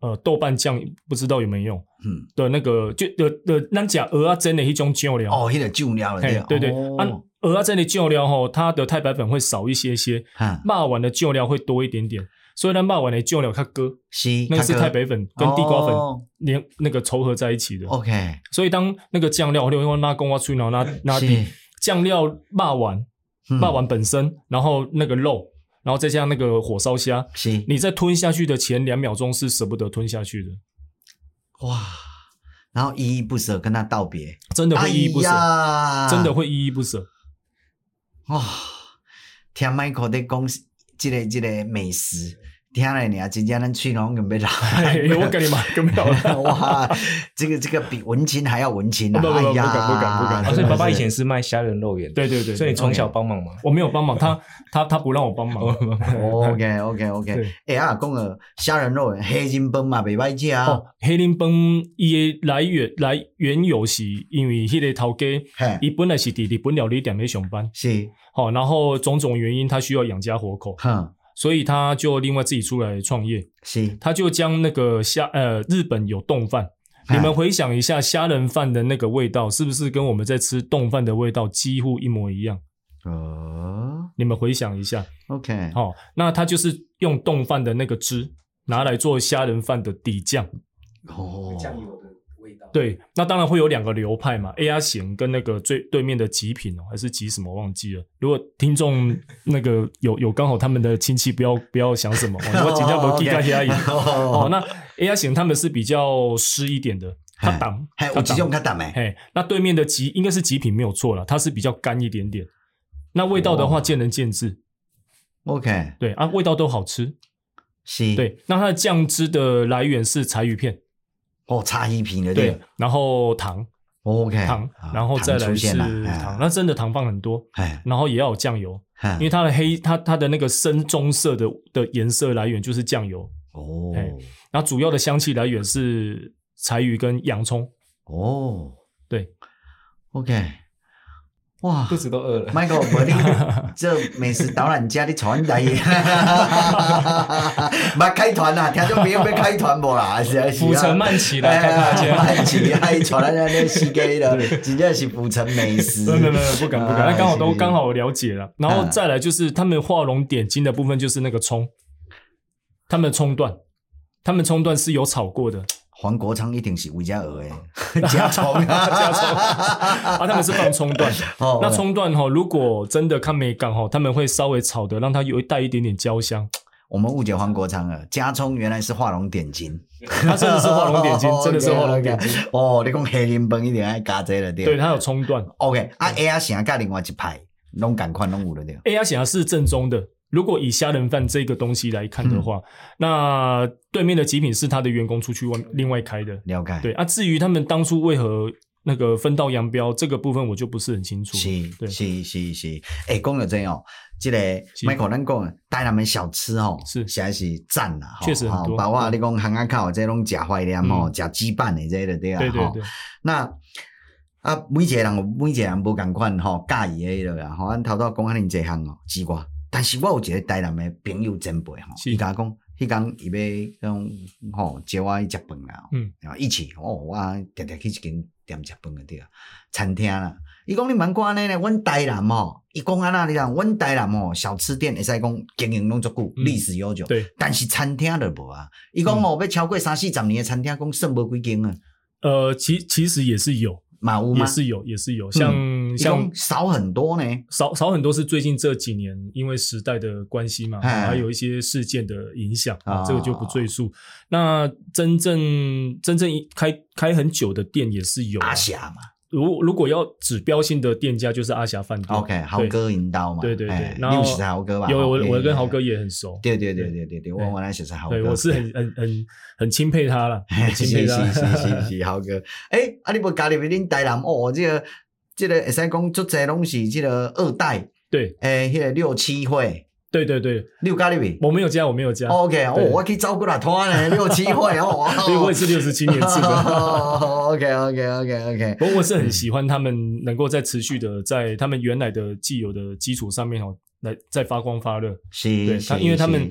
S2: 呃豆瓣酱，不知道有没有用
S1: 嗯，
S2: 的那个就的的咱讲鹅啊真的一种酱料，
S1: 哦，有点旧料了，
S2: 嘿、
S1: 啊
S2: 对对，
S1: 哦
S2: 啊鹅啊真的酱料吼，它的太白粉会少一些些，
S1: 哈
S2: 骂完的酱料会多一点点，所以呢骂完的酱料它割，
S1: 是，
S2: 那个是
S1: 较
S2: 太白粉跟地瓜粉
S1: 哦
S2: 连那个稠合在一起的。
S1: OK，
S2: 所以当那个酱料，例如拉公啊、吹脑、拉拉
S1: 是
S2: 地酱料骂完，
S1: 嗯
S2: 骂完本身，然后那个肉，然后再加上那个火烧虾，
S1: 是
S2: 你在吞下去的前两秒钟是舍不得吞下去的，
S1: 哇，然后依依不舍跟他道别，
S2: 真的会依依不舍，
S1: 哎呀
S2: 真的会依依不舍。
S1: 哇！听 Michael 在讲这个这个美食，听了你啊，真正咱去拢准备老。
S2: 哎我跟你妈 跟不了。
S1: 哇，这个这个比文青还要文青啊！
S2: 不不不
S1: 哎呀
S2: 不敢不敢不敢哦
S3: 啊，
S1: 真的
S3: 所以爸爸
S1: 是
S3: 以前是卖虾仁肉圆，，
S2: 对对对，
S3: 所以
S2: 对
S3: 你从小哦帮忙嘛，
S2: 我没有帮忙，他他他不让我帮忙。
S1: OK OK OK，
S2: 对
S1: 哎呀，讲个虾仁肉圆黑金崩嘛，袂歹食啊
S2: 哦。，黑林崩伊的来源来源由是因为迄个头家，
S1: 嘿，
S2: 伊本来是伫日本料理店咧上班，
S1: 是，
S2: 好，然后种种原因他需要养家活口，
S1: 哼，
S2: 所以他就另外自己出来创业，
S1: 是，
S2: 他就将那个虾呃日本有冻饭，
S1: 哎
S2: 你们回想一下虾仁饭的那个味道，是不是跟我们在吃冻饭的味道几乎一模一样？
S1: 哦
S2: 你们回想一下，
S1: ，OK，
S2: 好、那他就是用冻饭的那个汁拿来做虾仁饭的底酱。
S1: 哦，
S3: 油的味道，
S2: 对，那当然会有两个流派嘛，AR 型跟那个最对面的极品哦，还是极什么忘记了。如果听众那个有有刚好他们的亲戚，不要不要想什么， 哦、我尽量不记在 AR 型。哦，
S1: 哦，
S2: 那 AR 型他们是比较湿一点的，它挡
S1: 还
S2: 它
S1: 有几
S2: 挡
S1: 种较淡诶，
S2: 嘿，那对面的极应该是极品没有错了，它是比较干一点点。那味道的话，
S1: 哦
S2: 见仁见智。
S1: OK，
S2: 对啊，味道都好吃。
S1: 嗯是，，
S2: 对，那它的酱汁的来源是柴鱼片，
S1: 哦，差一瓶的
S2: 对，然后糖
S1: ，OK，
S2: 糖
S1: 啊，
S2: 然后再
S1: 糖出
S2: 来是
S1: 现了
S2: 糖，，那真的糖放很多，
S1: 哎，
S2: 然后也要有酱油，
S1: 哎
S2: 因为它的黑它它的那个深棕色的的颜色来源就是酱油，
S1: 哦，
S2: 嘿然后主要的香气来源是柴鱼跟洋葱。
S1: 哦
S2: 对，
S1: ，OK，哇，
S3: 肚子都饿 了，
S1: Michael，无 你这美食导览家，你传台 伊，捌开团啦，听众朋友要开团无 啦？是啊是啊。
S3: 浮城慢起来，看大
S1: 哎，
S3: 家，
S1: 慢起来，传咱那世界了，真正是浮城美食。
S2: 没有没有没有，不敢不敢，
S1: 啊
S2: 那刚好都
S1: 是
S2: 刚好了解了。然后再来就是他们画龙点睛的部分，就是那个葱，他们的葱段，他们葱段是有炒过的
S1: 黄国昌一定是为家 学的，加葱啊，
S2: 加葱啊，他们是放葱段。
S1: 哦
S2: 那葱段哈，如果真的看美感哈，他们会稍微炒的，让它有一带一点点焦香，
S1: 我们误解黄国昌了，加葱原来是画龙点睛，，
S2: 它 真的是画龙点睛 真的是画龙点睛。
S1: 睛。哦，你讲黑林本一定爱加这个对了。
S2: 对，它有葱段。
S1: OK，啊，A 啊，啥甲另外一派，拢共款拢有了对。
S2: A R 显然是正宗的。如果以虾仁饭这个东西来看的话，那对面的极品是他的员工出去外另外开的。
S1: 了解。
S2: 对啊，至于他们当初为何那个分道扬镳，这个部分我就不是很清楚。
S1: 是啊
S2: 对
S1: 是是是，哎，讲到这哦，这个
S2: 是
S1: Michael 咱讲的台南的小吃哦，
S2: 是
S1: 实在是赞啦，吼
S2: 确实很
S1: 吼
S2: 多
S1: 包括你讲巷仔口的这拢食坏了吼，
S2: 嗯
S1: 食鸡拌的这个就对啊，
S2: 对对
S1: 吼
S2: 对，
S1: 那啊，每一个人有每一个人无共款吼，介意诶迄落啦。吼，咱头拄讲安尼济项哦，之外，但是我有一个台南诶朋友前辈吼，
S2: 是
S1: 伊甲我讲，迄工伊要讲吼招我去食饭啦，
S2: 嗯，
S1: 然后一起哦，我常常去一间店食饭个对啊，餐厅啦。伊讲你蛮安尼咧，阮台南吼，伊讲安那你讲，阮台南吼小吃店会使讲经营拢足久，
S2: 嗯
S1: 历史悠久，
S2: 对，嗯
S1: 但是餐厅就无啊。伊讲哦，要超过三四十年诶餐厅，讲算无几间啊，
S2: 呃，其其实也是有，
S1: 嘛有吗嗯
S2: 也？是有，也是有，像、像
S1: 像少很多呢。
S2: 少少很多是最近这几年因为时代的关系嘛，
S1: 哎
S2: 还有一些事件的影响
S1: 啊
S2: 啊，这个就不赘述。那真正真正一开开很久的店也是有啊、
S1: 阿霞嘛
S2: 如如果要指标性的店家，就是阿霞饭店。
S1: ，OK，豪哥引导嘛，
S2: 对对对
S1: 哎
S2: 然
S1: 你
S2: 后
S1: 有识识豪哥吧？
S2: 有我
S1: 对
S2: 我跟豪哥也很熟
S1: 对对对对对对，我原来识识豪哥，
S2: 对，我是很很很很钦佩他了，很
S1: 是 是
S2: 钦佩他。
S1: 是是是豪哥。诶，啊，你无加入恁台南哦，这个这个会使讲足侪拢是这个二代，
S2: 对
S1: 诶，迄个六七会，
S2: 对对对，
S1: 你有加入未
S2: 我没有加，我没有加，
S1: ？OK，哦，
S2: 对，
S1: 我去照顾了团呢，六七会哦
S2: 所以我也是六十七年次的。
S1: OK OK OK OK，
S2: 不过我是很喜欢他们能够在持续的在他们原来的既有的基础上面哦，来再发光发热。对，
S1: 是，
S2: 他
S1: 是
S2: 因为他
S1: 是
S2: 们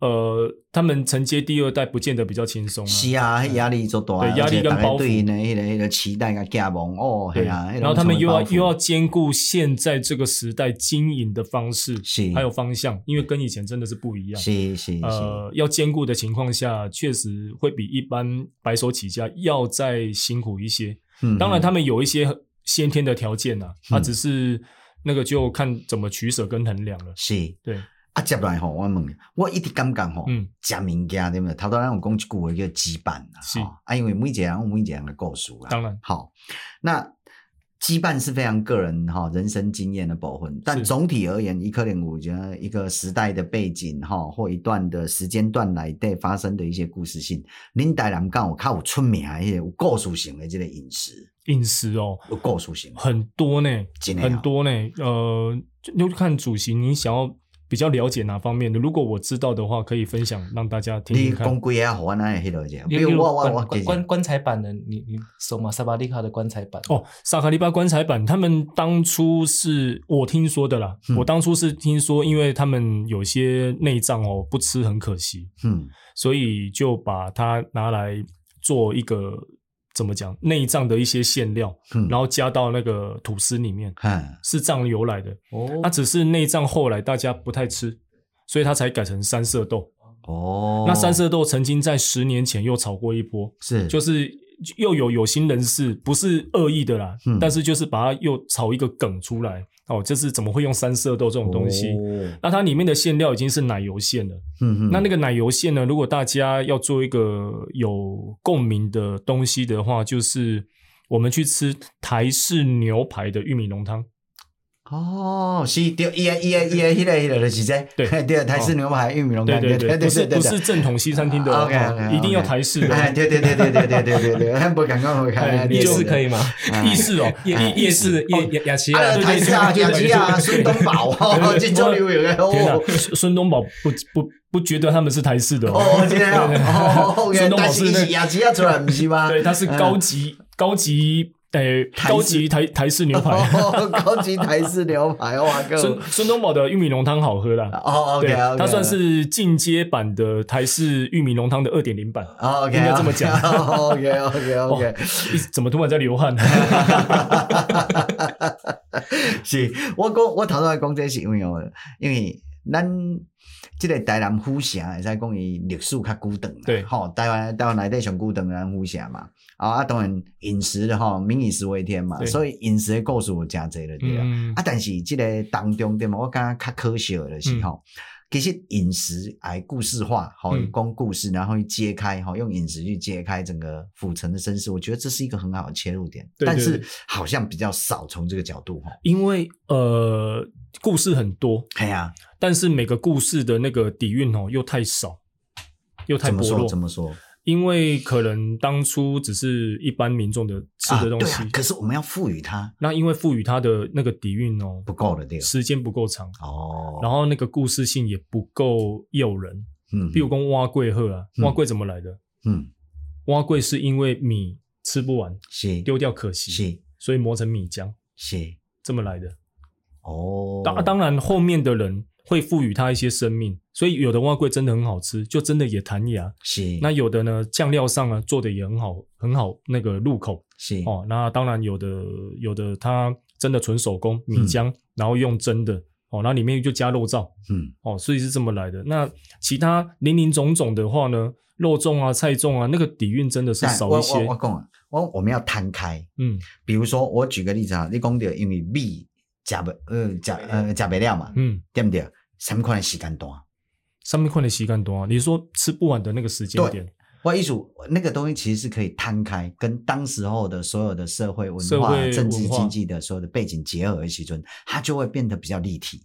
S2: 呃，他们承接第二代不见得比较轻松啊。
S1: 是啊，迄压力足大，
S2: 对压力跟
S1: 而且大家
S2: 包袱
S1: 对因的迄个迄个期待甲寄望哦，系
S2: 对
S1: 啊，
S2: 然后他们又要
S1: 那种
S2: 又要
S1: 包袱
S2: 兼顾现在这个时代经营的方式，
S1: 是
S2: 还有方向，因为跟以前真的是不一样。
S1: 是是是，
S2: 呃，要兼顾的情况下，确实会比一般白手起家要再辛苦一些。
S1: 嗯
S2: 当然，他们有一些先天的条件呐、啊，他、
S1: 嗯
S2: 只是那个就看怎么取舍跟衡量了。
S1: 是
S2: 对，
S1: 啊，接落来吼，我问你，我一直感觉吼
S2: 嗯，
S1: 食物件对不对？头头咱有讲一句话叫羁绊啦，
S2: 是
S1: 吼啊，因为每一个人有每一个人的故事啊啦，
S2: 当然
S1: 好，那。羁绊是非常个人哈人生经验的部分，但
S2: 是
S1: 总体而言，伊可能有觉得一个时代的背景哈，或一段的时间段内底发生的一些故事性。恁台南敢有较有出名的迄个有故事性的这个饮食，
S2: 饮食哦，
S1: 有故事性
S2: 很多呢，
S1: 真的啊
S2: 很多呢。呃，就就看主席你想要比较了解哪方面的。如果我知道的话，可以分享让大家听
S1: 你
S2: 听看。
S1: 讲几个啊互阮安尼迄落者，
S3: 例
S1: 比
S3: 如
S1: 如我我我
S3: 棺棺棺棺材板的，你你熟吗？萨巴利卡的棺材板
S2: 哦，萨卡利巴棺材板，他们当初是我听说的啦。
S1: 嗯
S2: 我当初是听说，因为他们有些内脏哦不吃很可惜，
S1: 嗯
S2: 所以就把它拿来做一个怎么讲内脏的一些馅料，
S1: 嗯，
S2: 然后加到那个吐司里面，
S1: 嗯
S2: 是这样由来的。
S3: 哦
S2: 它只是内脏后来大家不太吃，所以它才改成三色豆。
S1: 哦，
S2: 那三色豆曾经在十年前又炒过一波，
S1: 是
S2: 就是又有有心人士不是恶意的啦，
S1: 嗯
S2: 但是就是把它又炒一个梗出来哦，就是怎么会用三色豆这种东西？
S1: 哦
S2: 那它里面的馅料已经是奶油馅了。
S1: 嗯嗯，
S2: 那那个奶油馅呢？如果大家要做一个有共鸣的东西的话，就是我们去吃台式牛排的玉米浓汤。
S1: 哦，是对，伊个伊个伊个迄个迄个就是这，
S2: 对
S1: 对，台式
S2: 哦
S1: 牛排、玉米浓
S2: 对
S1: 汤，
S2: 对
S1: 对
S2: 对，不是
S1: 对对，
S2: 不是正统西餐厅的哦
S1: OK，OK，OK
S2: 一定要台式的
S1: 哎，
S2: 哦。
S1: 对对对对对对对对对，不敢讲，不
S2: 哎
S1: 敢
S2: 你
S3: 夜
S2: 就
S3: 市可以吗？
S2: 意式哦，
S3: 夜
S1: 哎
S3: 夜夜市夜夜雅琪亚
S1: 啊，
S3: 对
S1: 台
S3: 对
S1: 式
S3: 对
S1: 啊，
S3: 对
S1: 杨
S3: 对
S1: 基啊，孙东宝，哦，金州牛有个，
S2: 天哪
S1: 哦，，
S2: 孙孙东宝不不不觉得他们是台式的
S1: 哦，今天
S2: 对对对
S1: 哦，哦，原来
S2: 孙东
S1: 但
S2: 宝
S1: 是伊
S2: 是那
S1: 是
S2: 个
S1: 亚基啊出来，不是吗？
S2: 对，他是高级高级诶
S1: 嗯台式
S2: 高级台台式牛排。
S1: 哦，高级台式牛排，哇哥，
S2: 孙孙东宝的玉米浓汤好喝啦，
S1: 哦
S2: 对
S1: ，OK，
S2: 它算是进阶版的台式玉米浓汤的二点零版。
S1: 哦，OK，哦
S2: 应该这么讲
S1: ，OK OK OK，
S2: 一直怎么突然在 流汗？
S1: 是我讲，我头先讲这是因为哦，因为咱即个台南府城会使讲伊历史较久长啦，
S2: 对
S1: 吼，台湾台湾内底上久长的咱府城嘛，啊，啊当然饮食的吼，民以食为天嘛，
S2: 对
S1: 所以饮食的故事有诚侪了对啊。
S2: 嗯
S1: 啊，但是即个当中对嘛，我感觉较可惜的就是
S2: 嗯
S1: 吼。其实饮食哎，故事化，好
S2: 嗯
S1: 讲故事，然后去揭开哈，用饮食去揭开整个府城的身世，我觉得这是一个很好的切入点，
S2: 对对
S1: 但是
S2: 对
S1: 好像比较少从这个角度哈。
S2: 因为呃故事很多，
S1: 哎呀，
S2: 但是每个故事的那个底蕴哦又太少，又太
S1: 怎么
S2: 薄
S1: 说
S2: 弱。
S1: 怎么说
S2: 因为可能当初只是一般民众的吃
S1: 啊？
S2: 的东
S1: 对
S2: 西，
S1: 啊，可是我们要赋予它
S2: 那因为赋予它的那个底蕴哦，
S1: 不够了，对吧
S2: 时间不够长，
S1: 哦，
S2: 然后那个故事性也不够诱人。
S1: 嗯，
S2: 比如讲蛙贵鹤啊，
S1: 嗯
S2: 蛙贵怎么来的？
S1: 嗯
S2: 蛙贵是因为米吃不完
S1: 是
S2: 丢掉可
S1: 嗯
S2: 惜，
S1: 是
S2: 所以磨成米浆
S1: 是
S2: 这么来的。
S1: 哦，
S2: 当当然，后面的人会赋予它一些生命，所以有的蛙桂真的很好吃，就真的也弹牙。
S1: 是
S2: 那有的呢，酱料上啊做的也很好，很好那个入口
S1: 是
S2: 哦。那当然有的有的它真的纯手工米浆，然后用蒸的哦，那里面就加肉燥
S1: 嗯
S2: 哦，所以是这么来的。那其他林林总总的话呢，肉粽啊、菜粽啊，那个底蕴真的是
S1: 但
S2: 少
S1: 我
S2: 一
S1: 我
S2: 些
S1: 我。讲啊，我我们要摊开。
S2: 嗯
S1: 比如说，我举个例子啊，你讲到因为米食不呃食呃食不了嘛，
S2: 嗯，
S1: 对不对？什么款的时间段？
S2: 上面块的洗干多啊，你说吃不完的那个时间
S1: 对
S2: 点，
S1: 我艺术那个东西其实是可以摊开，跟当时候的所有的社会文
S2: 社
S1: 化、
S2: 会
S1: 政治
S2: 文化
S1: 经济的所有的背景结合一起存，它就会变得比较立体。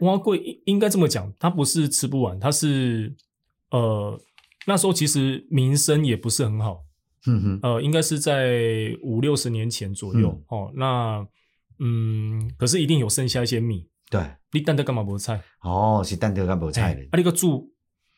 S2: 蛙贵应应该这么讲，它不是吃不完，它是呃那时候其实民生也不是很好，
S1: 哼嗯哼，
S2: 呃，应该是在五六十年前左右、
S1: 嗯
S2: 哦。那嗯，可是一定有剩下一些米，
S1: 对，
S2: 你蛋在干嘛不菜？
S1: 哦，是蛋豆干不菜
S2: 哎
S1: 的，
S2: 啊，那个住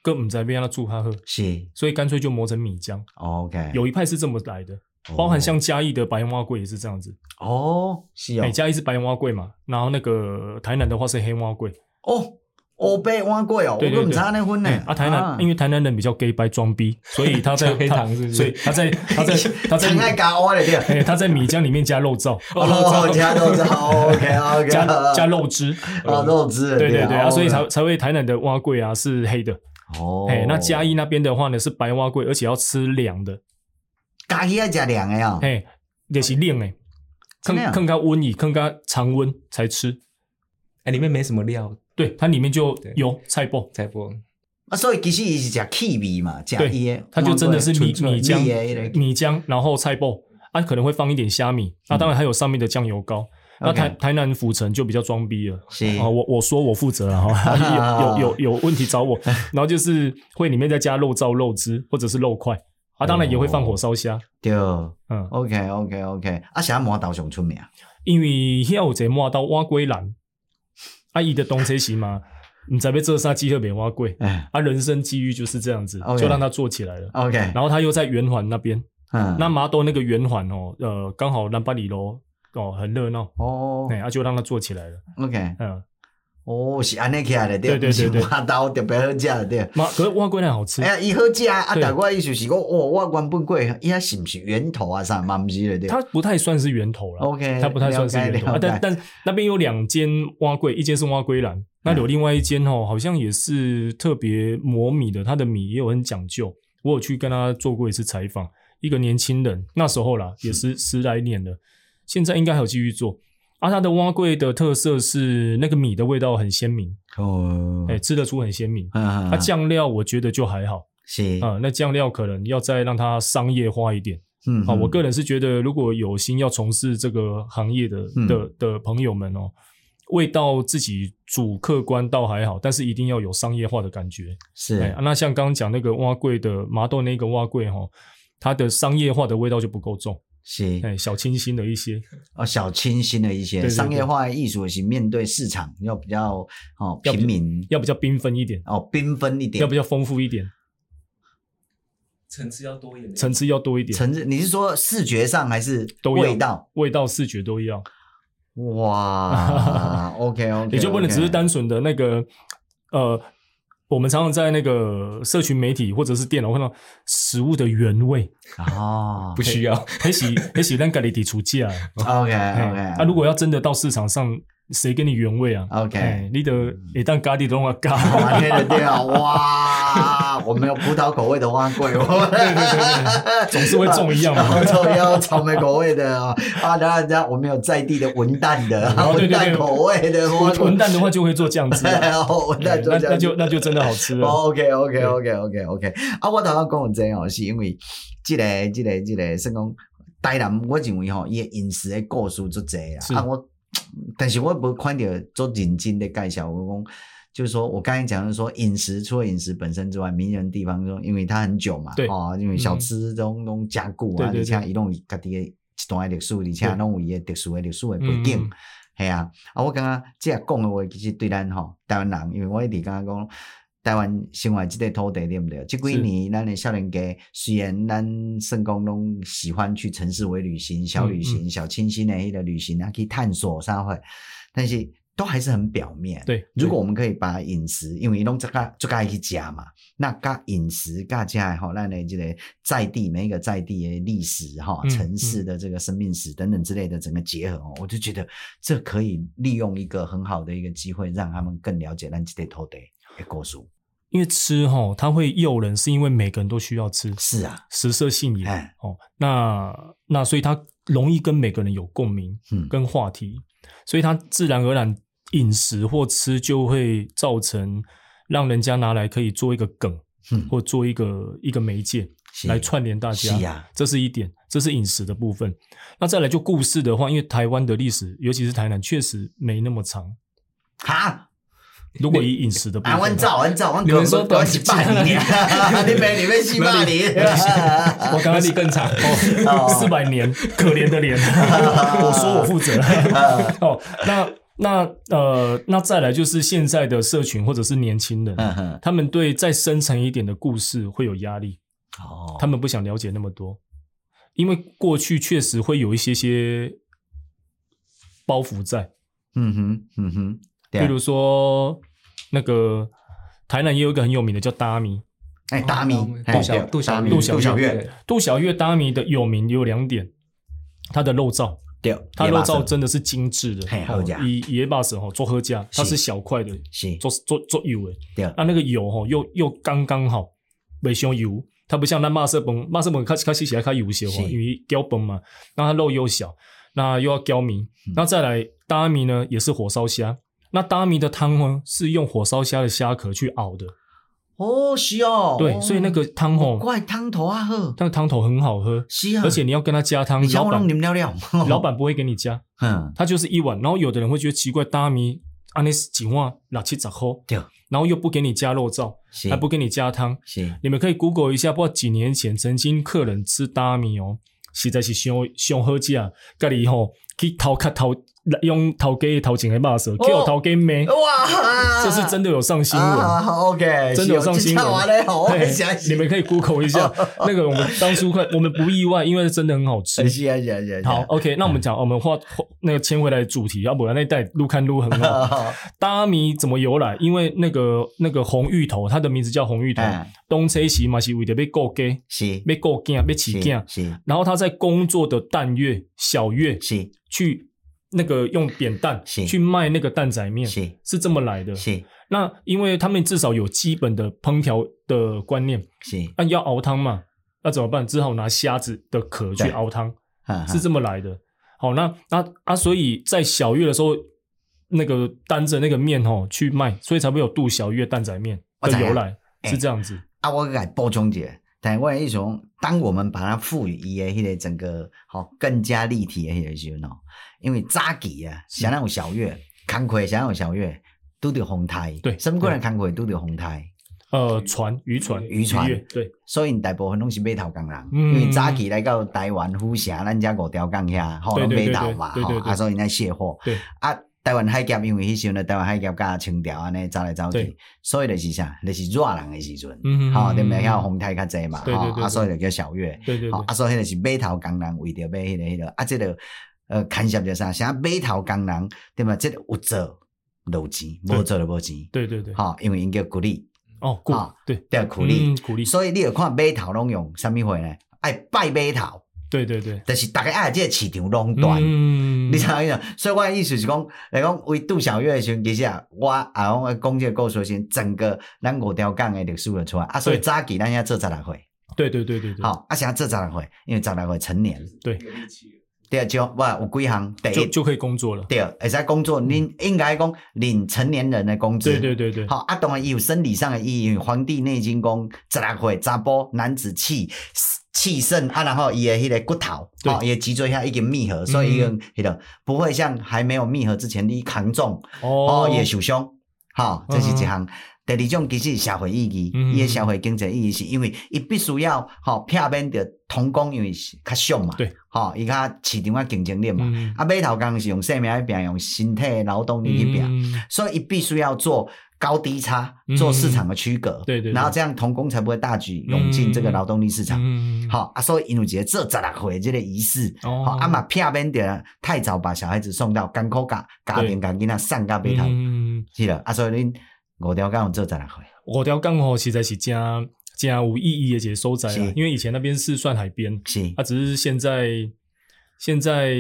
S2: 跟唔在边那住哈喝，
S1: 是哦
S2: 所以干脆就磨成米浆。
S1: OK，
S2: 有一派是这么来的，包含像嘉义的白蛙桂也是这样子，
S1: 哦，是哦
S2: 哎、，嘉义是白蛙桂嘛，然后那个台南的话是黑蛙桂。
S1: 哦，欧贝碗粿哦，我
S2: 对对
S1: 都唔
S2: 对
S1: 知道那婚呢
S2: 哎，啊，台南、因为台南人比较 gay 白装逼，所以他在
S3: 加黑
S2: 他
S3: 糖是不是
S2: 所以他在他在他在
S1: 真爱加我了对。
S2: 哎、他在米浆里面加肉燥，
S1: 哦，加肉汁，OK OK，
S2: 加 加肉汁，
S1: 哦，肉汁，
S2: 对对对啊，
S1: 哦
S2: 所以才才会台南的蛙桂啊是黑的，
S1: 哦，
S2: 哎、那嘉义那边的话呢是白蛙桂，而且要吃凉的，
S1: 嘉义要加凉的哦呀，
S2: 哎、也、是凉哎、欸，
S1: 真的啊
S2: 更更加温以更加常温才吃，
S3: 哎，里面没什么料，
S2: 对，它里面就
S3: 对
S2: 有菜脯，
S3: 才不
S1: 啊，所以其实伊是食气味嘛，食
S2: 对
S1: 伊的，
S2: 它就真的是米
S1: 纯
S2: 米
S1: 粹
S2: 浆
S1: 米的那个
S2: 米浆，然后菜脯，啊可能会放一点虾米，那、当然还有上面的酱油膏。
S1: 嗯
S2: 那
S1: OK
S2: 啊
S1: 嗯
S2: 台台南府城就比较装逼了，
S1: 是
S2: 啊，我我说我负责了 哈，有有有有问题找我，然后就是会里面再加肉燥、肉汁或者是肉块，啊，当然也会放火烧虾，
S1: 对
S2: 嗯，
S1: ，OK OK OK，啊，啥麻豆上出名，
S2: 因为遐有一个摸到蛙龟兰，啊，伊的东车是嘛，你知要做啥机会没蛙龟，
S1: 哎
S2: 啊，人生机遇就是这样子
S1: OK
S2: 就让他做起来了。
S1: ，OK，
S2: 然后他又在圆环那边，
S1: 嗯，
S2: 那麻豆那个圆环哦，呃，刚好南巴里楼哦很热闹，
S1: 哦
S2: 哎，啊就让他做起来了，
S1: ，OK，
S2: 嗯，
S1: 哦，是安尼起来的，对，
S2: 对对对对
S1: 麻豆特别好食的，对。
S2: 麻可是蛙龟兰好吃
S1: 哎，呀，伊好食啊！啊，
S2: 对
S1: 但我意思是讲，哦，我原本过，伊遐是毋是源头啊啥，嘛毋是的对。
S2: 它不太算是源头了
S1: OK，
S2: 它不太算是
S1: 了
S2: 源
S1: 解
S2: 头。啊
S1: 了解
S2: 但但那边有两间蛙柜，一间是蛙龟兰，那有另外一间哦，好像也是特别磨米的，它的米也有很讲究。我有去跟他做过一次采访，一个年轻人，那时候啦，也是十来年了，现在应该还有继续做。啊，它的蛙柜的特色是那个米的味道很鲜明，
S1: 哦，
S2: 哎、吃得出很鲜明。
S1: 嗯，
S2: 它酱料我觉得就还好
S1: 是
S2: 啊、那酱料可能要再让它商业化一点。
S1: 嗯
S2: 啊，我
S1: 嗯
S2: 个人是觉得，如果有心要从事这个行业的
S1: 嗯
S2: 的的朋友们哦，味道自己主客观倒还好，但是一定要有商业化的感觉。
S1: 是
S2: 哎，啊那像刚刚讲那个蛙柜的麻豆那个蛙柜哈、哦，它的商业化的味道就不够重，
S1: 是
S2: 哎，小清新的一些，
S1: 哦，小清新的一些
S2: 对对对
S1: 商业化的艺术型，面对市场要比较哦
S2: 要比
S1: 平民
S2: 要比较缤纷一点，
S1: 哦缤纷一
S2: 要
S1: 点
S2: 比。较丰富一点，
S3: 层次要多一点，
S2: 层次要多一点，
S1: 层次，你是说视觉上还是
S2: 都要
S1: 味道？
S2: 味道、视觉都一样，
S1: 哇，OK OK，
S2: 你就不能只是单纯的那个呃。我们常常在那个社群媒体或者是电脑看到食物的原味，
S1: 哦
S3: 不需要。
S2: 黑喜 黑喜让咖喱底出价。
S1: ，OK
S2: 哎
S1: OK，
S2: 啊，如果要真的到市场上，谁给你原味啊
S1: OK 嗯
S2: 哎你的一旦咖喱都要咖，
S1: 哇，天的对啊，哇，我们有葡萄口味的蛙贵，我对对对，
S2: 总是会中一样嘛
S1: 然后中要草莓口味的哦啊，然后人家我们有在地的文旦的，
S2: 哦
S1: 文
S2: 对对对
S1: 旦口味的蛙
S2: 混
S1: 粿
S2: 混蛋的话就会做酱汁啊，
S1: 然后文
S2: 哎
S1: 旦
S2: 那
S1: 这样
S2: 那就那就真的好吃啊了。
S1: 哦，OK OK OK OK OK，啊，我头先讲真哦，是因为即、个即、个即、个算讲台南，我认为吼，伊诶饮食诶故事足济
S2: 是
S1: 啊，啊我，但是我无看着足认真的介绍，我讲。就是说，我刚才讲的说，饮食除了饮食本身之外，名人地方中，因为它很久嘛，
S2: 对
S1: 哦，因为小吃中中加固啊，
S2: 对对
S1: 而且伊拢有家己的一段的历史，而且拢有伊的特殊的历史的背景
S2: 嗯，
S1: 系啊，啊，我感觉即个讲诶话，其实对咱吼台湾人，因为我一直感觉讲，台湾生活即个土地对毋对？即几
S2: 是
S1: 年咱诶少年家虽然咱算讲拢喜欢去城市为旅行、小旅行、小清新的迄个旅行啊，去探索啥货，但是都还是很表面。
S2: 对，
S1: 如果我们可以把饮食，因为拢这个这个去食嘛，那甲饮食甲这个吼，咱的这个在地每一个在地的历史哈、
S2: 嗯
S1: 城市的这个生命史等等之类的整个结合哦，我就觉得这可以利用一个很好的一个机会，让他们更了解咱这个土地的故事。
S2: 因为吃哈，它会诱人，是因为每个人都需要吃，
S1: 是啊，
S2: 食色性也
S1: 哎
S2: 哦。那那所以它容易跟每个人有共鸣
S1: 嗯，
S2: 跟话题，所以它自然而然饮食或吃就会造成让人家拿来可以做一个梗
S1: 嗯
S2: 或做一个一个媒介。
S1: 是
S2: 来串联大家。
S1: 是啊
S2: 这是一点，这是饮食的部分。那再来就故事的话，因为台湾的历史，尤其是台南，确实没那么长。
S1: 哈，
S2: 如果以饮食的部
S1: 啊，阮
S2: 分，
S1: 走，阮走，阮
S3: 你们说
S1: 短
S3: 短
S1: 几
S3: 期
S1: 百 年，你们你们几百年，
S3: 我刚刚你更长，
S1: 哦
S2: 四百年，可怜的脸， 我说我负责。
S1: 嗯
S2: 哦，那那呃，那再来就是现在的社群或者是年轻人，
S1: 嗯哼，
S2: 他们对再深层一点的故事会有压力。
S1: 哦，
S2: 他们不想了解那么多，因为过去确实会有一些些包袱在，
S1: 嗯哼，嗯哼，对
S2: 比
S1: 啊
S2: 如说那个台南也有一个很有名的叫达米，
S1: 哎，大米，
S3: 杜小
S1: 杜
S3: 杜小
S1: 米，
S3: 月
S1: 杜
S2: 杜
S1: 小
S2: 小
S1: 月，，
S2: 杜小月达米的有名有两点，它的肉燥，
S1: 对，
S2: 它肉燥
S1: 真
S2: 真的是精致的
S1: 嘿，好
S2: 哦
S1: 吃
S2: 以野把手吼做喝酱，它
S1: 是
S2: 是小块的，
S1: 是
S2: 做做做油的，
S1: 对，
S2: 啊那那个油吼又又刚刚好，袂伤油，它不像咱肉色饭，肉色饭较较吃起来较油些
S1: 是
S2: 吼，因为胶饭嘛，那它肉又小，那又要胶米
S1: 嗯，
S2: 那再来大米呢也是火烧虾，那大米的汤呢是用火烧虾的虾壳去熬的，
S1: 哦，是哦，
S2: 对，所以那个汤吼，
S1: 怪汤头啊喝，
S2: 那个汤头很好喝，
S1: 是啊，
S2: 而且你要跟它加汤
S1: 你，瞧
S2: 老
S1: 我弄
S2: 板
S1: 你们料料，
S2: 老，板不会给你加，
S1: 嗯，
S2: 它就是一碗，然后有的人会觉得奇怪，大米安尼几碗六七十块，
S1: 对，
S2: 然后又不给你加肉燥，
S1: 是
S2: 还不给你加汤。
S1: 是，
S2: 你们可以 Google 一下，不知道几年前曾经客人吃大米哦，实在是伤伤好食，啊家己吼去头壳头用头家的头前的肉蛇，叫头家骂，
S1: 啊哇啊
S2: 这是真的有上新闻。
S1: ，OK，哦
S2: 真的有上新闻
S1: 啊嘞，好，我
S2: 对
S1: 相，
S2: 你
S1: 信，
S2: 们可以 Google 一下那个，我们当初快，我们不意外，因为真的很好吃
S1: 是。啊是啊是啊，
S2: 好，OK，那 我们讲，我们话话那个牵回来主题，要不然那带路看路很 好。
S1: 嗯
S2: 大米怎么由来？因为那个那个红芋头，它的名字叫红芋头
S1: 嗯，
S2: 东车西嘛是为着被勾给，
S1: 是
S2: 被勾给，被起给。
S1: 是
S2: 然后他在工作的淡月、小月
S1: 是
S2: 去那个用扁担
S1: 是
S2: 去卖那个蛋仔面，
S1: 是
S2: 是这么来的。
S1: 是
S2: 那因为他们至少有基本的烹调的观念，
S1: 是，
S2: 那要熬汤嘛，那怎么办？只好拿虾子的壳去
S1: 对啊
S2: 熬汤，是
S1: 是
S2: 这么来的。好，那那啊，所以在小月的时候，那个担着那个面哦去卖，所以才会有杜小月蛋仔面
S1: 我
S2: 的
S1: 知道
S2: 由来
S1: 哎
S2: 是这样子。
S1: 啊，我来补充一下，但我的意思讲，当我们把它赋予伊的迄个整个吼、更加立体的迄个时阵哦，因为早期啊，像那有小月，工课像那有小月，拄着风台，
S2: 对
S1: 什么款的工课拄着风台，
S2: 呃，船渔船
S1: 哎渔船
S2: 月对，
S1: 所以大部分拢是码头工人，
S2: 嗯
S1: 因为早期来到台湾府城，咱遮五条港遐吼，
S2: 对
S1: 拢
S2: 对
S1: 码
S2: 对
S1: 头嘛
S2: 对对
S1: 吼，
S2: 对
S1: 啊，所以咱卸货。
S2: 对
S1: 啊，台湾海峡因为迄时阵台湾海峡甲清朝安尼走来走去
S2: 对，
S1: 所以就是啥，就是热人的时阵，
S2: 嗯
S1: 吼，对不对？
S2: 嗯
S1: 遐风台较济嘛，
S2: 对对
S1: 吼，
S2: 对
S1: 啊，
S2: 对
S1: 所以就叫小月。
S2: 对对
S1: 吼
S2: 对，
S1: 啊，所以迄个是码头工人为着要迄个迄个，啊，即个呃牵涉着啥？啥码头工人对嘛？即个有做就有钱，
S2: 对
S1: 无做就无钱，
S2: 对对对，
S1: 吼，因为因叫鼓励，
S2: 哦，鼓
S1: 啊
S2: 对
S1: 对鼓励，
S2: 嗯鼓励，
S1: 所以你有看码头拢用啥物货呢？爱拜码头，
S2: 对对对，
S1: 就是逐个爱即个市场垄断。
S2: 嗯
S1: 你知影意思？所以我的意思是讲，来讲为杜小月的时阵，其实啊，我啊，我讲这个故事的时阵，整个咱五条港的历史就出来啊，所以
S2: 对
S1: 早期咱要做十六岁，
S2: 对对对对对，
S1: 好，啊，想要做十六岁，因为十六岁成年，
S2: 对，
S1: 对，啊就我有几项，第
S2: 就
S1: 一，
S2: 就可以工作了。
S1: 对，会使工作，恁应该讲领成年人的工资。
S2: 对对对对，
S1: 好，啊，当然伊有生理上的意义，因为《黄帝内经》讲十六岁查甫男子气气盛啊，然后伊的迄个骨头，
S2: 对嗯
S1: 哦，伊的脊椎遐已经密合，所以已经迄个不会像还没有密合之前你扛重
S2: 哦
S1: 哦，也受伤。好，这是一项。第二种其实是社会意义，
S2: 嗯
S1: 伊诶社会经济意义是因为伊必须要吼避免着童工，因为是较俗嘛，
S2: 对，
S1: 吼伊较市场较竞争力嘛，
S2: 嗯，
S1: 啊，码头工是用生命去拼，用身体的劳动力去拼，
S2: 嗯，
S1: 所以必须要做高低差
S2: 嗯，
S1: 做市场的区隔，
S2: 对对对
S1: 然后这样童工才不会大举涌进这个劳动力市场。
S2: 嗯，
S1: 好、啊，所以因有一个做十六岁的这个仪式，
S2: 哦
S1: 好、啊嘛，片边着太早把小孩子送到艰苦家家庭，把囡仔送到北头，
S2: 嗯，
S1: 是了。啊，所以恁五条港有做十六岁，
S2: 五条港吼实在是真真有意义的一个所在啊
S1: 是，
S2: 因为以前那边是算海边，
S1: 是
S2: 啊，只是现在现在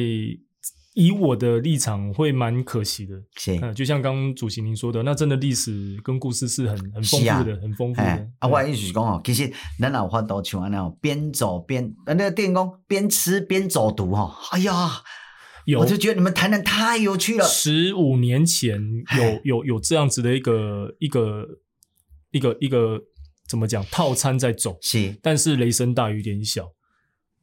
S2: 以我的立场会蛮可惜的，
S1: 是。
S2: 嗯，就像刚刚主席您说的，那真的历史跟故事是很很丰
S1: 是啊
S2: 富的，很丰富
S1: 哎
S2: 的，。
S1: 啊，我的意思是讲哦，其实咱也有法度像安尼哦，边走边，啊，那个电工边吃边走读哦。哎呀，
S2: 有
S1: 我就觉得你们谈的太有趣了。
S2: 十五年前有
S1: 哎
S2: 有有这样子的一个一个一个一个怎么讲套餐在走，
S1: 是
S2: 但是雷声大雨点小。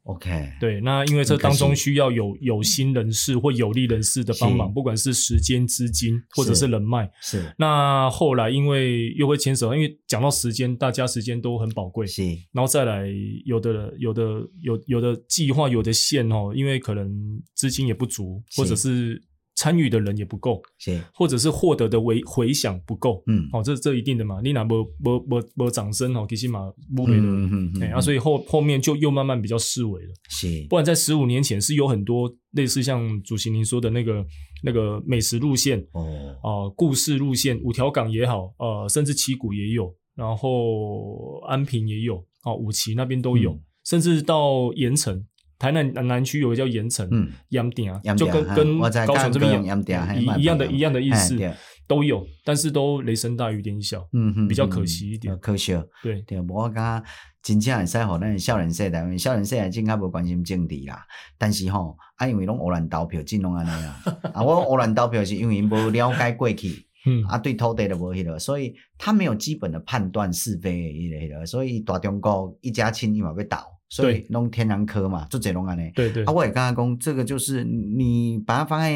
S1: ，OK，
S2: 对，那因为这当
S1: 很
S2: 中
S1: 可
S2: 需要有有心人士或有力人士的帮忙，
S1: 是
S2: 不管是时间、资金或者是
S1: 是
S2: 人脉。
S1: 是
S2: 那后来因为又会牵扯，因为讲到时间，大家时间都很宝贵，
S1: 是
S2: 然后再来有的有的有有的计划有的线哦，因为可能资金也不足，
S1: 是
S2: 或者是参与的人也不够，
S1: 是，
S2: 或者是获得的回回响不够。
S1: 嗯，
S2: 哦，这这一定的嘛，你哪没没没没掌声哦，其实嘛不会的，
S1: 嗯嗯嗯
S2: 哎、啊，所以后后面就又慢慢比较失维了。
S1: 是
S2: 不然在十五年前是有很多类似像主席您说的那个那个美食路线，
S1: 哦，
S2: 呃，故事路线，五条港也好，呃，甚至旗鼓也有，然后安平也有，哦、五旗那边都有，
S1: 嗯
S2: 甚至到盐城，台南南南区有个叫盐城，
S1: 嗯，
S2: 盐埕啊，
S1: 盐埕
S2: 就跟
S1: 哈
S2: 跟
S1: 我知
S2: 高雄这边一
S1: 高雄盐埕啊嘿
S2: 样一一样的
S1: 蛮不一样的
S2: 一样的意思
S1: 嘿对
S2: 都有，但是都雷声大雨点小，
S1: 嗯哼，
S2: 比较可惜一点
S1: 嗯可惜。
S2: 对，
S1: 对，无我感觉真正会使互咱的少年世代，因为少年世代真较无关心政治啦。但是吼，啊，因为拢胡乱投票，真拢安尼 啦。啊，我胡乱投票是因为无了解过去，
S2: 嗯，
S1: 啊，对土地都无迄落，所以他没有基本的判断是非的迄个迄落，所以大中国一家亲伊嘛要倒，所以
S2: 对
S1: 拢天然科嘛，做者拢安尼。
S2: 对对
S1: 啊，，我也跟他讲，这个就是你把它放在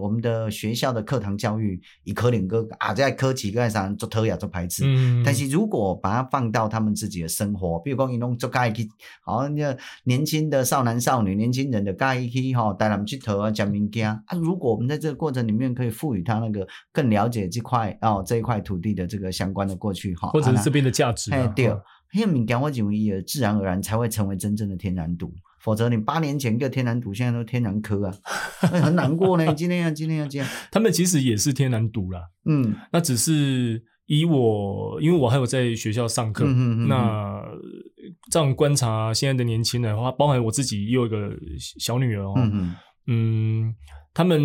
S1: 我们的学校的课堂教育，以科林哥啊，在科技跟上做特雅做排斥。
S2: 嗯，
S1: 但是如果把它放到他们自己的生活，比如讲，伊拢做介去，好像那年轻的少男少女、年轻人的介去吼，带他们去佗啊、讲物件啊。如果我们在这个过程里面可以赋予他那个更了解这块哦这一块土地的这个相关的过去哈，
S2: 或者
S1: 啊
S2: 是这边的价值、啊，
S1: 哎，对
S2: 哦，
S1: 迄个物件我认为也自然而然才会成为真正的天然毒，否则你八年前个天然毒，现在都天然科 啊，那很难过呢。今天要今天要这样，
S2: 他们其实也是天然独啦，
S1: 嗯
S2: 那只是以我，因为我还有在学校上课，
S1: 嗯嗯嗯嗯
S2: 那呃这样观察现在的年轻人的话，包含我自己也有一个小女儿哦，
S1: 嗯嗯，
S2: 嗯他们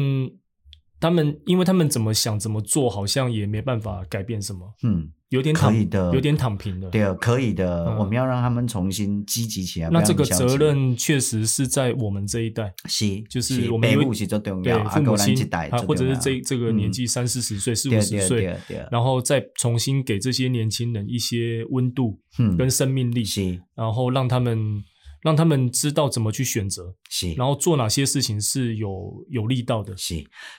S2: 他们，因为他们怎么想怎么做，好像也没办法改变什么，
S1: 嗯，
S2: 有点躺
S1: 可以的
S2: 有点躺平了。
S1: 对，可以的，
S2: 嗯
S1: 我们要让他们重新积极起来。不
S2: 那
S1: 要
S2: 这个
S1: 么消极
S2: 责任确实是在我们这一代，
S1: 是
S2: 就是我们
S1: 北
S2: 有
S1: 部是最重
S2: 对
S1: 要，啊
S2: 父母亲
S1: 一代
S2: 啊，或者是这这个年纪三四十岁、四五十
S1: 嗯
S2: 岁，
S1: 对对
S2: 然后再重新给这些年轻人一些温度
S1: 对，
S2: 跟
S1: 嗯，
S2: 生命力。
S1: 是
S2: 然后让他们让他们知道怎么去选择，
S1: 是
S2: 然后做哪些事情是有有力道的。
S1: 是。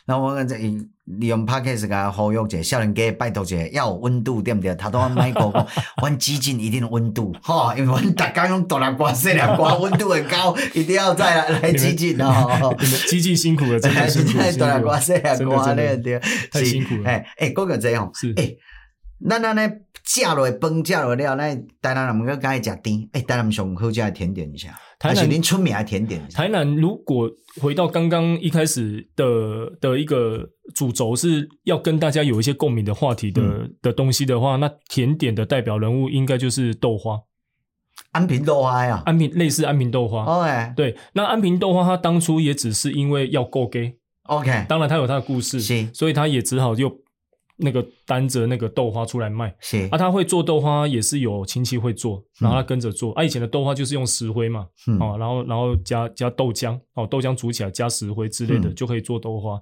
S1: 那我讲这利用 podcast 甲呼吁者，少年家拜托者，要有温度对不对？头拄我 Michael 讲，阮基金一定有温度，吼，因为阮逐工拢大南瓜、细南瓜，温度很高，一定要再来来基金哦。
S2: 你们激进辛 苦 了，真的辛苦，辛苦
S1: 大南瓜、
S2: 了
S1: 细南
S2: 真
S1: 瓜
S2: 的
S1: 咧，
S2: 真的
S1: 对，
S2: 太
S1: 是
S2: 辛苦了
S1: 哎哎，讲到这样，
S2: 是
S1: 哎，咱咱咧食落饭，食落了，咱台南人们个爱食甜，哎，台南上好食的甜点是啥？
S2: 台
S1: 还是
S2: 南
S1: 恁出名的甜点是啥？
S2: 台南如果回到刚刚一开始的的一个主轴是要跟大家有一些共鸣的话题的、
S1: 嗯
S2: 的东西的话，那甜点的代表人物应该就是豆花，
S1: 安平豆花呀，
S2: 安平类似安平豆花。
S1: 哦哎
S2: 对，那安平豆花它当初也只是因为要够 gay，
S1: ，OK，
S2: 当然它有它的故事，
S1: 是
S2: 所以它也只好就那个担着那个豆花出来卖。
S1: 是
S2: 啊，他会做豆花，也是有亲戚会做，然后他跟着做。啊，以前的豆花就是用石灰嘛，
S1: 嗯
S2: 哦，然后然后加加豆浆，哦，豆浆煮起来加石灰之类的，
S1: 嗯
S2: 就可以做豆花。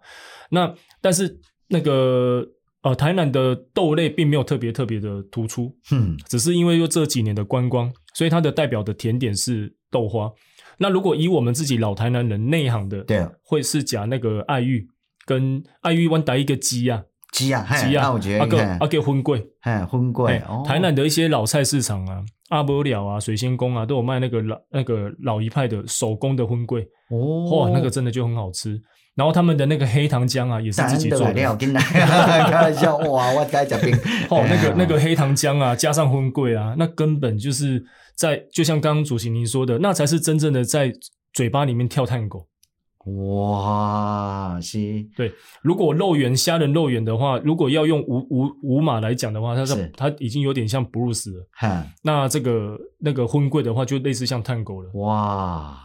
S2: 那但是那个呃，台南的豆类并没有特别特别的突出，
S1: 嗯
S2: 只是因为又这几年的观光，所以它的代表的甜点是豆花。那如果以我们自己老台南人内行的，
S1: 对，
S2: 会是夹那个爱玉跟爱玉湾打一个鸡啊，
S1: 鸡啊，嘿
S2: 鸡
S1: 那
S2: 啊
S1: 我觉，得
S2: 阿
S1: 你
S2: 个
S1: 看
S2: 阿，个荤贵，
S1: 嘿，荤贵
S2: 哎，
S1: 哦
S2: 台南的一些老菜市场啊，阿伯寮啊、水仙宫啊，都有卖那个老那个老一派的手工的荤桂，
S1: 哦
S2: 哇，那个真的就很好吃。然后他们的那个黑糖浆啊，也是
S1: 台
S2: 自
S1: 南
S2: 己
S1: 的
S2: 做
S1: 来
S2: 的
S1: 料，。跟来 开玩笑，哇，我该讲冰，
S2: 哦，那
S1: 哎
S2: 个那个黑糖浆啊，加上荤桂啊，那根本就是在就像刚刚主席您说的，那才是真正的在嘴巴里面跳探狗。
S1: 哇，是
S2: 如果肉圆虾仁肉圆的话，如果要用五五五码来讲的话，它
S1: 是
S2: 是它已经有点像 Bruce 了。
S1: 哈，
S2: 那这个那个荤桂的话，就类似像探狗了。
S1: 哇，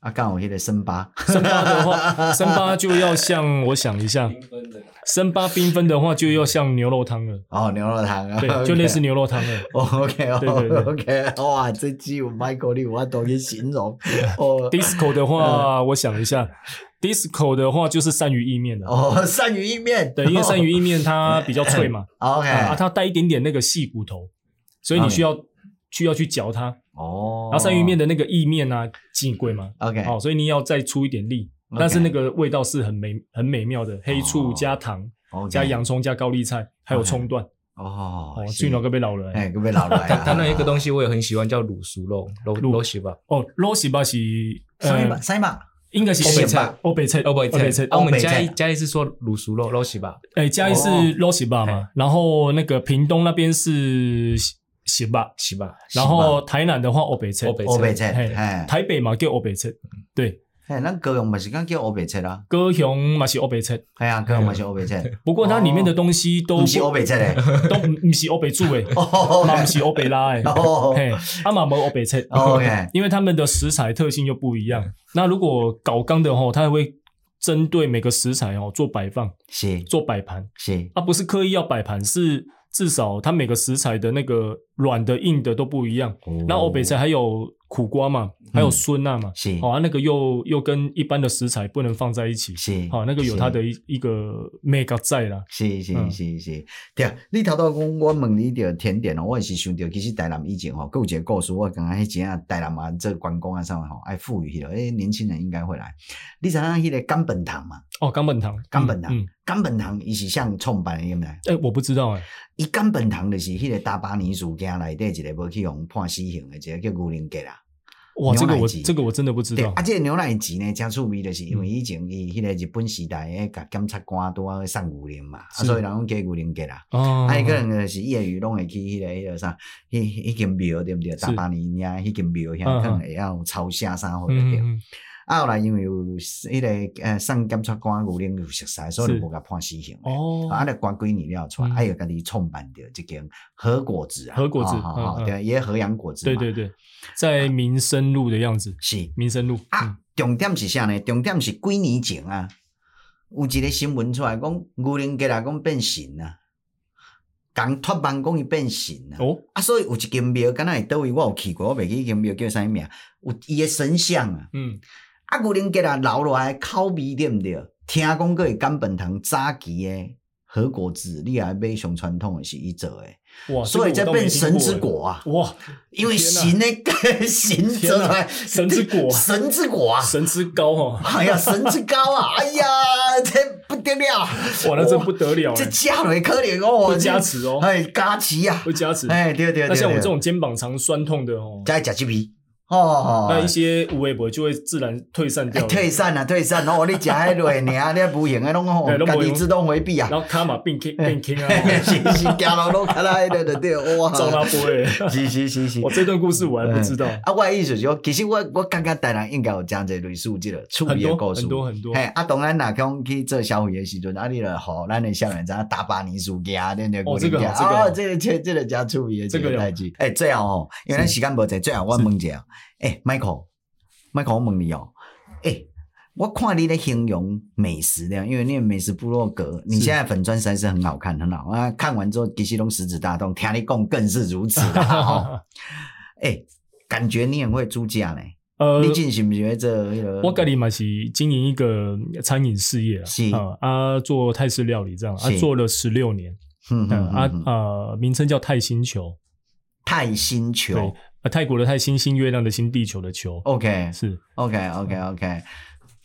S1: 啊，刚有迄个生 巴，
S2: 生巴的话，生巴就要像我想一下，
S3: 缤纷的，
S2: 生巴缤纷的话就要像牛肉汤了，
S1: 哦，牛肉汤 啊，哦
S2: 对，就类似牛肉汤 了。
S1: OK
S2: 对对
S1: OK OK，哇，这句有 Michael 你有法度去形 容，哦
S2: disco 的
S1: 嗯
S2: 话，我想一下，disco 的话就是鳝鱼意面了。
S1: 哦，鳝鱼意面，哦
S2: 对，因为鳝鱼意面它比较 脆嘛，
S1: OK，
S2: 啊，它带一点点那个细骨头，所以你需要需要去嚼它。
S1: 哦，
S2: 然后鳝鱼面的那个意面啊，金贵嘛，
S1: OK，
S2: 哦，所以你要再出一点力，
S1: 哦哎 OK
S2: 但是那个味道是很美很美妙的，黑
S1: 哦哎
S2: 醋加糖
S1: ，OK
S2: 加洋葱加高丽菜，还有
S1: OK
S2: 葱段。
S1: 哦
S2: 哦，，
S1: 是
S2: 最老个被老了。
S1: 哎，个被老 来啊，
S3: 台南有一个东西我也很喜欢，叫卤熟肉，卤
S2: 卤
S3: 卤熟吧，
S2: 哦，罗西巴是
S1: 塞
S2: 呃
S1: 马，塞马，
S2: 应该是
S1: 欧北菜，
S2: 欧北菜，
S3: 哦不，
S2: 欧北
S3: 菜
S2: 菜。
S3: 啊，我
S1: 欧北
S3: 们哦
S1: 菜
S3: 嘉义嘉义是说卤熟肉，卤熟吧，
S2: 哎，嘉义是罗西巴
S1: 哦
S3: 哎
S2: 嘛，然后那个屏东那边是西西巴，
S3: 是吧？
S2: 然后台南的话欧北菜，
S3: 欧北嗯
S1: 欧北菜，
S2: 嘿
S1: 哎，
S2: 台北嘛叫欧北菜，对，
S1: 哎，咱高雄嘛是讲叫欧北菜啦，
S2: 高雄嘛是欧北菜，
S1: 哎呀，高雄嘛是欧北 菜，
S2: 不过它里面的东西都
S1: 哦不是欧北菜嘞，
S2: 都不不是欧北煮诶，
S1: 哦
S2: 嘛不是欧北拉诶，
S1: 哦
S2: 嘿，阿嘛没有欧北菜
S1: OK
S2: 因为他们的食材特性又不一
S3: 嗯
S2: 样。那如果搞缸的吼，它还会针对每个食材哦做摆放、
S1: 是
S2: 做摆盘，
S1: 是，
S2: 啊，不是刻意要摆盘，是至少它每个食材的那个软的、硬的都不一样。那欧北菜还有苦瓜嘛，还有酸辣嘛，
S1: 哦嗯是
S2: 哦，啊那个又又跟一般的食材不能放在一起，
S1: 是，
S2: 好、哦那个有它的一一个 mega 在啦。
S1: 是是
S2: 嗯
S1: 是是，对啊，你头头讲，我问你着甜点哦，我也是想着，其实台南以前吼，佫有一个故事，我感觉迄前啊，台南啊，这关公啊啥物吼，爱富裕迄落，诶，年轻人应该会来。你知影迄个冈本堂嘛？
S2: 哦，冈本堂，
S1: 冈本堂
S2: 嗯，
S1: 冈本堂伊是向创办的，你毋知？
S2: 哎、我不知道哎、
S1: 伊冈本堂就是迄个大巴尼事件内底一个无去互判死刑的，一个叫牛林杰啦。
S2: 哇，
S1: 牛
S2: 这
S1: 奶
S2: 个我
S1: 鸡
S2: 这个我真的不知
S1: 对，
S2: 道嗯
S1: 啊，。这个牛奶钱呢，真趣味，就是因为以前伊迄个日本时代诶，甲检察官拄啊送牛奶嘛，啊，
S2: 是
S1: 所以人讲叫牛奶杰啦。
S2: 哦，
S1: 啊，伊可能就是业余拢会去迄个迄个啥，迄迄间庙对毋对？大巴尼遐迄间庙遐，
S2: 嗯
S1: 可能会晓抄写啥货对
S2: 嗯
S1: 不对。
S2: 嗯，嗯
S1: 啊，后来因为有迄个呃，上检察官牛奶有熟识，所以就无甲判死刑。啊，
S2: 哦，
S1: 咧关几年了出来，
S2: 嗯
S1: 啊，又家己创办着一间和果子啊，
S2: 和果子
S1: 哦好
S2: 嗯
S1: 好
S2: 嗯
S1: 对，也和洋果子
S2: 对
S1: 嘛
S2: 对对，在民生路的样子，
S1: 是
S2: 民生路嗯
S1: 啊，重点是啥呢？重点是几年前啊，有一个新闻出来讲，牛奶给来讲变神啊，共托梦讲伊变神啊。
S2: 嗯哦，
S1: 啊，所以有一间庙，敢若会倒位，我有去过，我袂记迄间庙叫啥名，有伊诶神像啊，
S2: 嗯，
S1: 啊，牛奶给啊留落来的口味对毋对？听讲佫会冈本堂早期诶和果子，你来买上传统诶是伊做诶，
S2: 哇，
S1: 所以
S2: 哦这
S1: 才
S2: 个我倒没
S1: 变
S2: 听
S1: 神
S2: 过
S1: 之
S2: 哎，
S1: 果啊，
S2: 哇，
S1: 因为
S2: 天
S1: 神诶
S2: 哪
S1: 神做出来
S2: 神之 果
S1: 神之果啊。
S2: 神之高哦，
S1: 哎呀，神之高啊！哎呀，这不得了，
S2: 哇，那真不得了
S1: 这
S2: 哎，
S1: 加落可怜哦，
S2: 会加持哦，
S1: 哎，加持啊，
S2: 会加持。
S1: 哎，对对对，
S2: 那像我
S1: 对
S2: 这种肩膀常酸痛的哦，
S1: 加食鸡皮哦，
S2: 那一些无微博就会自然退散
S1: 哎
S2: 掉了，
S1: 退散啊，退散！哦，你食迄落尔，你无用诶，拢吼
S2: 对，拢
S1: 家
S2: 无
S1: 己
S2: 用
S1: 自动回避啊。
S2: 然后卡玛变 king 变 king 啊，
S1: 是是，行路拢看到迄个就对了，哇！
S2: 照拉波哎，
S1: 是是是是。
S2: 我这段故事我还不知道，
S1: 啊，我的意思是讲，其实我我感觉台南应该有真侪类似即个趣
S2: 很
S1: 味的故
S2: 多
S1: 事
S2: 很。多很多
S1: 嘿，啊，当然啦，讲去做消费的时阵，啊，你著互咱的少年知影打巴尼事件啊，对不对？
S2: 哦这个好
S1: 啊，这
S2: 这
S1: 个这这个真趣味的
S2: 这个
S1: 一代志。诶，最后吼，因为咱时间无济，最后我问一下，诶，Michael，Michael，我问你哦，诶。我看你在形容美食的，因为那个美食部落格，你
S2: 是
S1: 现在粉砖实在是很好看，很好啊！看完之后，其实都食指大动，听你讲更是如此啦。 吼哎、感觉你很会煮家呢，
S2: 呃，
S1: 你进是不是会做那个？
S2: 我家里嘛是经营一个餐饮事业啊
S1: 是，
S2: 啊啊做泰式料理这样，啊
S1: 是
S2: 做了十六年，
S1: 嗯
S2: 嗯
S1: 嗯
S2: 啊
S1: 嗯嗯
S2: 呃名称叫泰星球，
S1: 泰星
S2: 对
S1: 球
S2: 啊泰国的泰星星月亮的星地球的球
S1: ，OK
S2: 是
S1: OK OK OK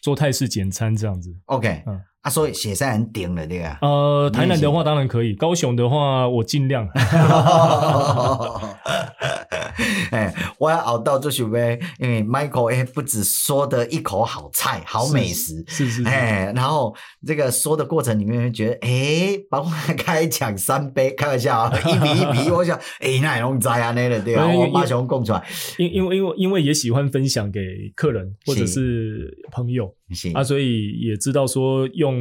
S2: 做泰式简餐这样子，
S1: OK，
S2: 嗯
S1: 啊，所以雪山很顶了对啊。
S2: 呃，台南的话当然可以，高雄的话我尽 量。哦
S1: 哎，我要熬到这想要，因为 Michael 哎不止说的一口好菜、好美食，
S2: 是是是，
S1: 哎，然后这个说的过程里面就觉得，哎，把我开抢三杯，开玩笑啊，一比一比，我想，哎，那也弄灾啊，那个对 啊，
S2: 哎
S1: 我把熊供出来，
S2: 因因为因为因为也喜欢分享给客人或者是朋友
S1: 是
S2: 啊，所以也知道说用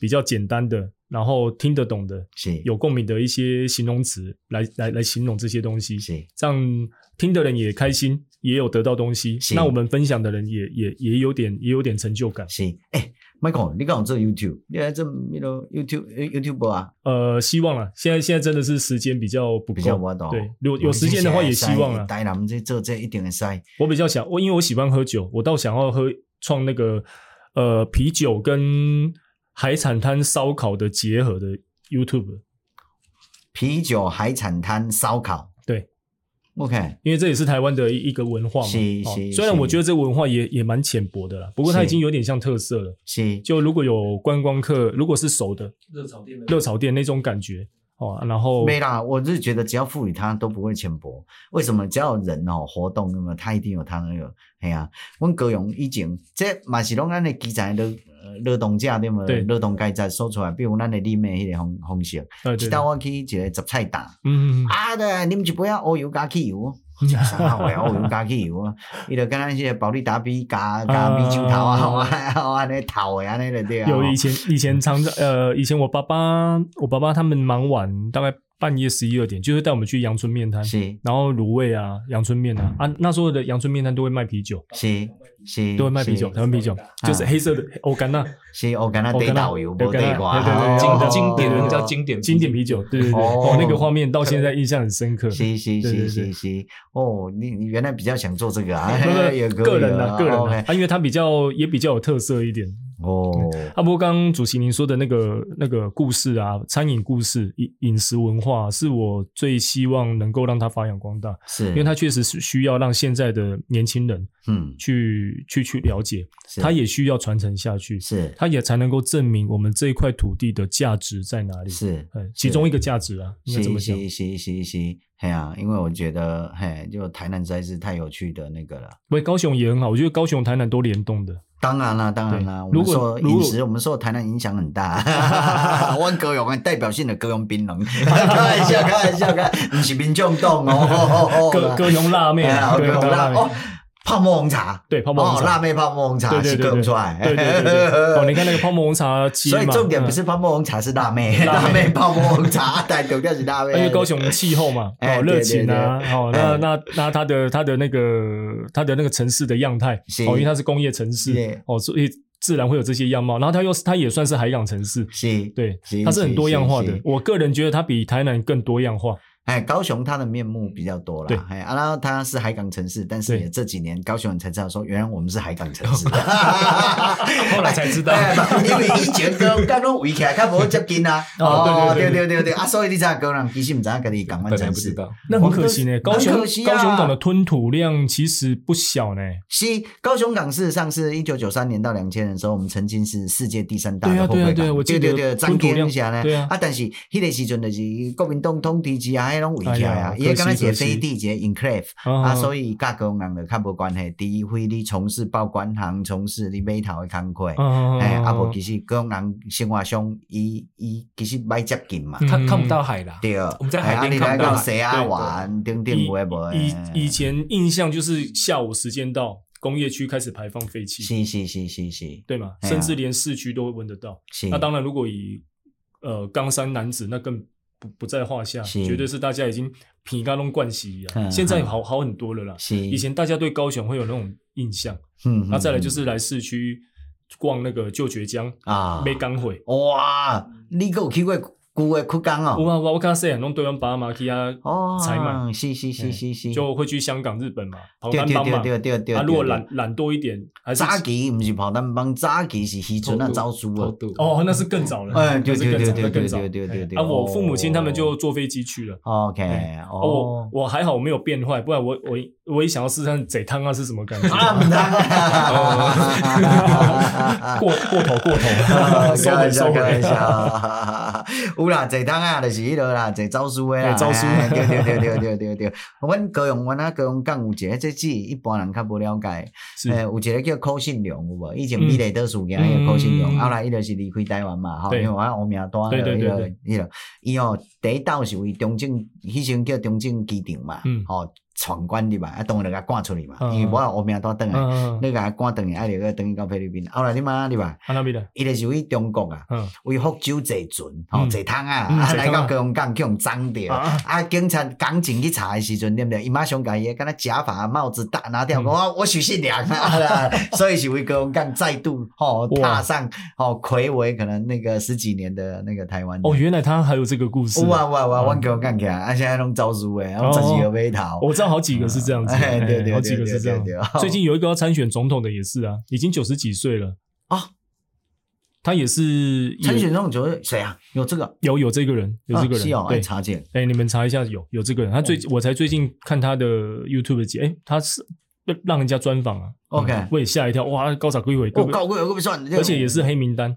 S2: 比较简单的，然后听得懂的、
S1: 是
S2: 有共鸣的一些形容词来来来形容这些东西，
S1: 是
S2: 这样听的人也开心，也有得到东西
S1: 是。
S2: 那我们分享的人也也也有点也有点成就感。
S1: 是，哎，Michael，你讲做 YouTube，你来做那个 YouTube YouTube 啊，
S2: 呃，希望了，现在现在真的是时间比较不够，
S1: 比较哦嗯不懂
S2: 对，如果有时间的话也希望了。
S1: 台南这做这一定会使，
S2: 我比较想，我因为我喜欢喝酒，我倒想要喝创那个呃啤酒跟海产摊烧烤的结合的 YouTube，
S1: 啤酒海产摊烧烤
S2: 对，
S1: ，OK，
S2: 因为这也是台湾的一一个文化嘛。
S1: 是
S2: 哦
S1: 是
S2: 虽然我
S1: 是
S2: 觉得这文化也也蛮浅薄的啦，不过它
S1: 是
S2: 已经有点像特色了。
S1: 是
S2: 就如果有观光客，如果是熟的
S3: 热炒店的
S2: 热炒店那种感觉哦，然后
S1: 没啦，我是觉得只要赋予它都不会浅薄。为什么？只要有人哦活动，那么它一定有它那个，哎呀、阮高雄以前这嘛是拢咱的基材热热动价对吗？
S2: 对
S1: 热动盖在说出来，比如咱的里面迄个方方式，
S2: 呃
S1: 直
S2: 对，
S1: 到我去一个杂菜档。
S2: 嗯，嗯嗯
S1: 啊的，恁一杯啊，乌油加汽油，啥货啊？乌油加汽 油啊，伊就敢若迄个保利达比加加米酒头啊，好啊好啊，安尼头诶，安尼就对啊。
S2: 有以前以前常常 呃，以前我爸爸我爸爸他们忙完大概半夜十一二点，就会带我们去阳春面摊，
S1: 是嗯
S2: 然后卤味啊、阳春面啊啊，那时候的阳春面摊都会卖啤酒，
S1: 是嗯是，啊
S2: 都会卖啤酒，台湾啤酒就是黑色的哦欧甘娜
S1: 是，我敢若
S2: 我
S1: 地
S2: 敢若
S1: 导游，
S2: 对
S1: 无
S2: 敢若
S1: 地瓜，
S2: 对对对
S1: 哦
S2: 对
S3: 经
S2: 对
S3: 经典，
S2: 对
S3: 那
S2: 对
S3: 个叫经典
S2: 经典啤酒，对对对，
S1: 哦
S2: 哦，那个画面 到现在印象很深刻。
S1: 是是是
S2: 对对
S1: 是
S2: 对
S1: 是，哦，你你原来比较想做这个啊？
S2: 不不
S1: 也可以
S2: 个人的个人的
S1: OK
S2: 啊，因为它比较也比较有特色一点。
S1: 哦，
S2: 啊，不过刚刚主席您说的那个那个故事啊，餐饮故事、饮饮食文化，是我最希望能够让它发扬光大。
S1: 是，
S2: 因为它确实是需要让现在的年轻人
S1: 嗯，
S2: 去去去了解，
S1: 是
S2: 它也需要传承下去，
S1: 是
S2: 它也才能够证明我们这一块土地的价值在哪里。
S1: 是。
S2: 嗯，其中一个价值啊，应该
S1: 是
S2: 怎么讲？
S1: 是是是是，嘿啊，因为我觉得嘿，就台南实在是太有趣的那个了。
S2: 不，高雄也很好，我觉得高雄、台南都联动的。
S1: 当然啦，当然啦，
S2: 对
S1: 我们
S2: 如果
S1: 受
S2: 如
S1: 饮
S2: 果
S1: 食，我们受台南影响很 大。我高雄的代表性的高雄槟榔，开玩笑，开玩笑，开玩笑，不是民众党哦哦，哦
S2: 各各雄辣妹
S1: 哎
S2: 啊，
S1: 呀
S2: 对，
S1: 高雄
S2: 辣
S1: 辣
S2: 妹
S1: 哦，泡沫红茶，
S2: 对泡沫红
S1: 哦，辣
S2: 茶，
S1: 妹泡沫红茶
S2: 对
S1: 是
S2: 对对
S1: 更
S2: 对，
S1: 出来，
S2: 对对 对对。哦，你看那个泡沫红茶七嘛，
S1: 所以重点不
S2: 嗯
S1: 是泡沫红茶，是辣妹，
S2: 辣
S1: 辣
S2: 妹
S1: 妹泡沫红茶， 但重点是辣妹。
S2: 因为高雄气候嘛，
S1: 哎
S2: 哦，
S1: 对
S2: 热情啊，哦，
S1: 哎
S2: 那那那它的它的那个它的那个城市的样态，
S1: 是
S2: 哦，因为它是工业城市
S1: 是，
S2: 哦，所以自然会有这些样貌。然后它又是它也算是海港城市，
S1: 是，
S2: 对
S1: 是，
S2: 它是很多样化
S1: 是
S2: 的
S1: 是。
S2: 我个人觉得它比台南更多样化，
S1: 哎，高雄它的面目比较多
S2: 对
S1: 啦，哎，啊然后它是海港城市，但是
S2: 对
S1: 也这几年高雄人才知道说，原来我们是海港城市。
S2: 后来才知道。
S1: 哎不因为以前跟跟拢围起来，较无接近啊。
S2: 哦对
S1: 对
S2: 对
S1: 对对啊，所以你知道高人其实唔知影家己港湾
S3: 本来
S1: 城
S3: 不知
S1: 市。
S3: 道，
S2: 那很可惜呢，
S1: 很
S2: 高雄
S1: 可
S2: 高
S1: 惜
S2: 雄
S1: 啊
S2: 港的吞吐量其实不小呢。
S1: 是高雄港事实上是一九九三年到两千年的时候，我们曾经是世界第三大
S2: 对
S1: 的
S2: 啊
S1: 货柜港。
S2: 对啊对啊我记得
S1: 对对，张
S2: 吞吐
S1: 天
S2: 量
S1: 霞呢？
S2: 对啊
S1: 啊，但是迄个时阵就是国民党统治之下，迄拢围起来啊
S2: 哎呀，
S1: 伊个敢若
S2: 可惜
S1: 是
S2: 可惜
S1: 飞地一个 enclave。啊，
S2: 啊
S1: 所以甲工人就较无关系。第一，非你从事报关行，从事你码头的工课，哎、啊无其实工人生活上，伊伊其实歹接近嘛，
S2: 嗯
S3: 看看不到海啦。
S1: 对。
S3: 我们在海
S1: 哎啊、
S3: 边看
S1: 你
S3: 不
S1: 来
S3: 到海
S1: 到西啊
S3: 对对
S1: 玩，等等
S2: 以
S1: 有诶无诶
S2: 以。以前印象就是下午时间到，工业区开始排放废气，
S1: 是是是是是
S2: 对吗？
S1: 哎呀
S2: 甚至连市区都会闻得到。
S1: 是，
S2: 那当然，如果以呃冈山男子，那更不不在话下，
S1: 是
S2: 绝对是大家已经皮嘎弄惯习啊。
S1: 嗯
S2: 现在好好很多了啦。
S1: 是
S2: 以前大家对高雄会有那种印象，
S1: 嗯，嗯
S2: 那再来就是来市区逛那个旧爵江
S1: 嗯啊，
S2: 被港毁，
S1: 哇，你还有去过旧的苦工
S2: 我
S1: 哦。
S2: 嘛我刚说拢对阮爸妈去啊，
S1: 哦，
S2: 才买
S1: 是是是是是，
S2: 就会去香港、日本嘛，跑
S1: 对
S2: 单
S1: 对
S2: 帮嘛。
S1: 对对对对。
S2: 啊，如果
S1: 对
S2: 懒懒多一点，还是
S1: 早期毋是跑单帮，早期是渔船啊、招租啊
S3: 偷。渡
S2: 哦，那是更早了，
S1: 嗯，对
S2: 那是
S1: 对对
S2: 更早，那
S1: 对
S2: 更
S1: 对
S2: 早
S1: 对。对对对。
S2: 啊，我父母亲他们就
S1: 哦
S2: 坐飞机去了。
S1: OK
S2: 哎啊我
S1: 哦，
S2: 我还好，我没有变坏，不然我我一我一想要试探贼汤啊是什么感觉，
S1: 啊，唔 当。
S2: 过过头过 头，
S1: 哦开
S2: 收回
S1: 玩
S2: 收
S1: 笑，开
S2: 回
S1: 玩。笑，有啦，坐当啊，就是迄落啦，坐招书诶啦，
S2: 嘿走私
S1: 哎对对对对对对对。阮高雄，阮啊高雄港有一个，这只一般人较无了解，
S2: 是
S1: 呃诶，有一个叫寇信良有无？以前
S2: 嗯
S1: 米雷德事件迄个寇信良，后来伊就是离开台湾嘛，吼，因
S2: 对
S1: 为我黑名单
S2: 对对
S1: 迄
S2: 对
S1: 落
S2: 对
S1: 迄落，伊哦第一道是为中正，迄时阵叫中正机场嘛
S2: 嗯，
S1: 吼，闯关入来，啊，当然甲赶出去嘛，
S2: 嗯
S1: 因为我黑名单转来，
S2: 嗯，嗯嗯
S1: 你甲赶转去，啊，就等去到菲律宾，后来你妈入来。
S2: 啊那边的，
S1: 伊就是为中国啊，
S2: 嗯，
S1: 为福州坐船，吼、
S2: 嗯
S1: 坐桶啊，
S2: 嗯
S1: 啊
S2: 坐桶
S1: 来
S2: 啊
S1: 到高雄港去互脏着，
S2: 啊
S1: 啊警察港警去查的时阵，对不对？伊马上甲伊个敢若假发帽子戴拿掉，
S2: 嗯
S1: 讲、啊我许信良啊 啦，所以是为高雄港再度吼、
S2: 哇
S1: 踏上吼魁违可能那个十几年的那个台湾。
S2: 哦，原来他还有这个故事
S1: 有，啊有啊有啊，
S2: 嗯
S1: 阮高雄港起来，啊现在拢招租诶，
S2: 哦
S1: 拢十几个码头。
S2: 我知道好几个是这样子，
S1: 哎 对对
S2: 哎好几个是这样
S1: 对对对对。
S2: 最近有一个要参选总统的也是啊，已经九十几岁了
S1: 啊，
S2: 他也是
S1: 陈雪松觉得谁啊？有这个
S2: 有有这个人，有这个
S1: 啊、是
S2: 人
S1: 哦，，哎
S2: 对，
S1: 查见
S2: 哎、你们查一下有有这个人，他
S1: 哦
S2: 最、我才最近看他的 YouTube 节，哎、他是让人家专访啊
S1: OK
S2: 嗯我也吓一跳，哇，高涨归回，
S1: 哦，高贵有个不算，
S2: 而且也是黑名单，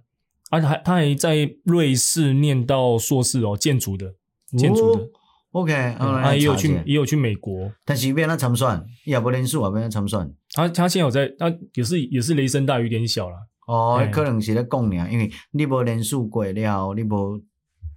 S2: 而且还他还在瑞士念到硕士哦，建筑的，建筑的，
S1: 哦 OK，嗯，
S2: 他
S1: 来
S2: 也有
S1: 查
S2: 去
S1: 见
S2: 也有去美国，
S1: 但是要安怎参选，伊也无人数，也要安怎参选。
S2: 他他现在有在，他也是也是雷声大雨点小啦，
S1: 哦，
S2: 嘿
S1: 可能是咧讲尔，因为你无人数过了，你无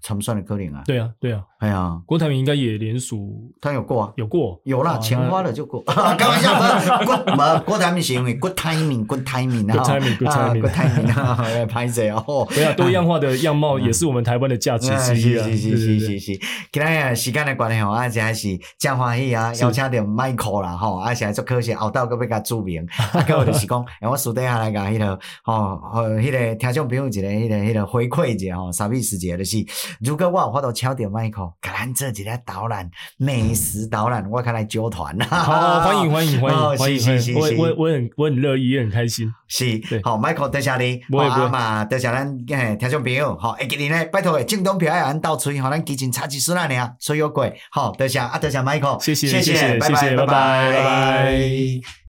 S1: 参选的可能啊。
S2: 对啊对啊，
S1: 哎呀，
S2: 郭台铭应该也联署
S1: 他有过啊，
S2: 有过，
S1: 有啦，
S2: 哦
S1: 钱花了就过。 开玩笑，不是，郭郭台铭是因为 good timing，good timing 啊
S2: Good timing，good
S1: 啊
S2: timing
S1: good timing 啊，拍者哦。
S2: 对啊，多样化的 样貌也是我们台湾的价值
S1: 啊
S2: 之一啊，
S1: 嗯是是
S2: 对
S1: 是是
S2: 对
S1: 是
S2: 对
S1: 是，今日时间的关系吼，啊，这还是真欢喜啊，
S2: 是
S1: 邀请到 Michael 啦吼，啊，是还足可惜，后头佫要甲注明， 啊，佮有就是讲，诶，我私底下来甲迄个吼，吼，迄个听众朋友一个迄个迄个回馈一下吼，啥意思一下就是，如果我有法度请到 Michael，甲咱做一个导览美食导览，我较来揪团啦，
S2: 好，欢迎欢迎欢
S1: 哦
S2: 迎欢迎
S1: 是
S2: 欢
S1: 是
S2: 迎！我
S1: 是
S2: 我我很我很乐意，也很开心。
S1: 是
S2: 对，
S1: 好，Michael，多谢你，
S2: 不会
S1: 好
S2: 不会
S1: 啊嘛，多谢咱诶听众朋友，好，会记得呢，拜托诶，政党票要按倒吹，啊好，咱基情差一丝仔尔，所以有过，好，多谢啊，多谢 Michael，
S2: 谢谢
S1: 谢
S2: 谢谢
S1: 拜拜
S2: 谢谢拜拜拜拜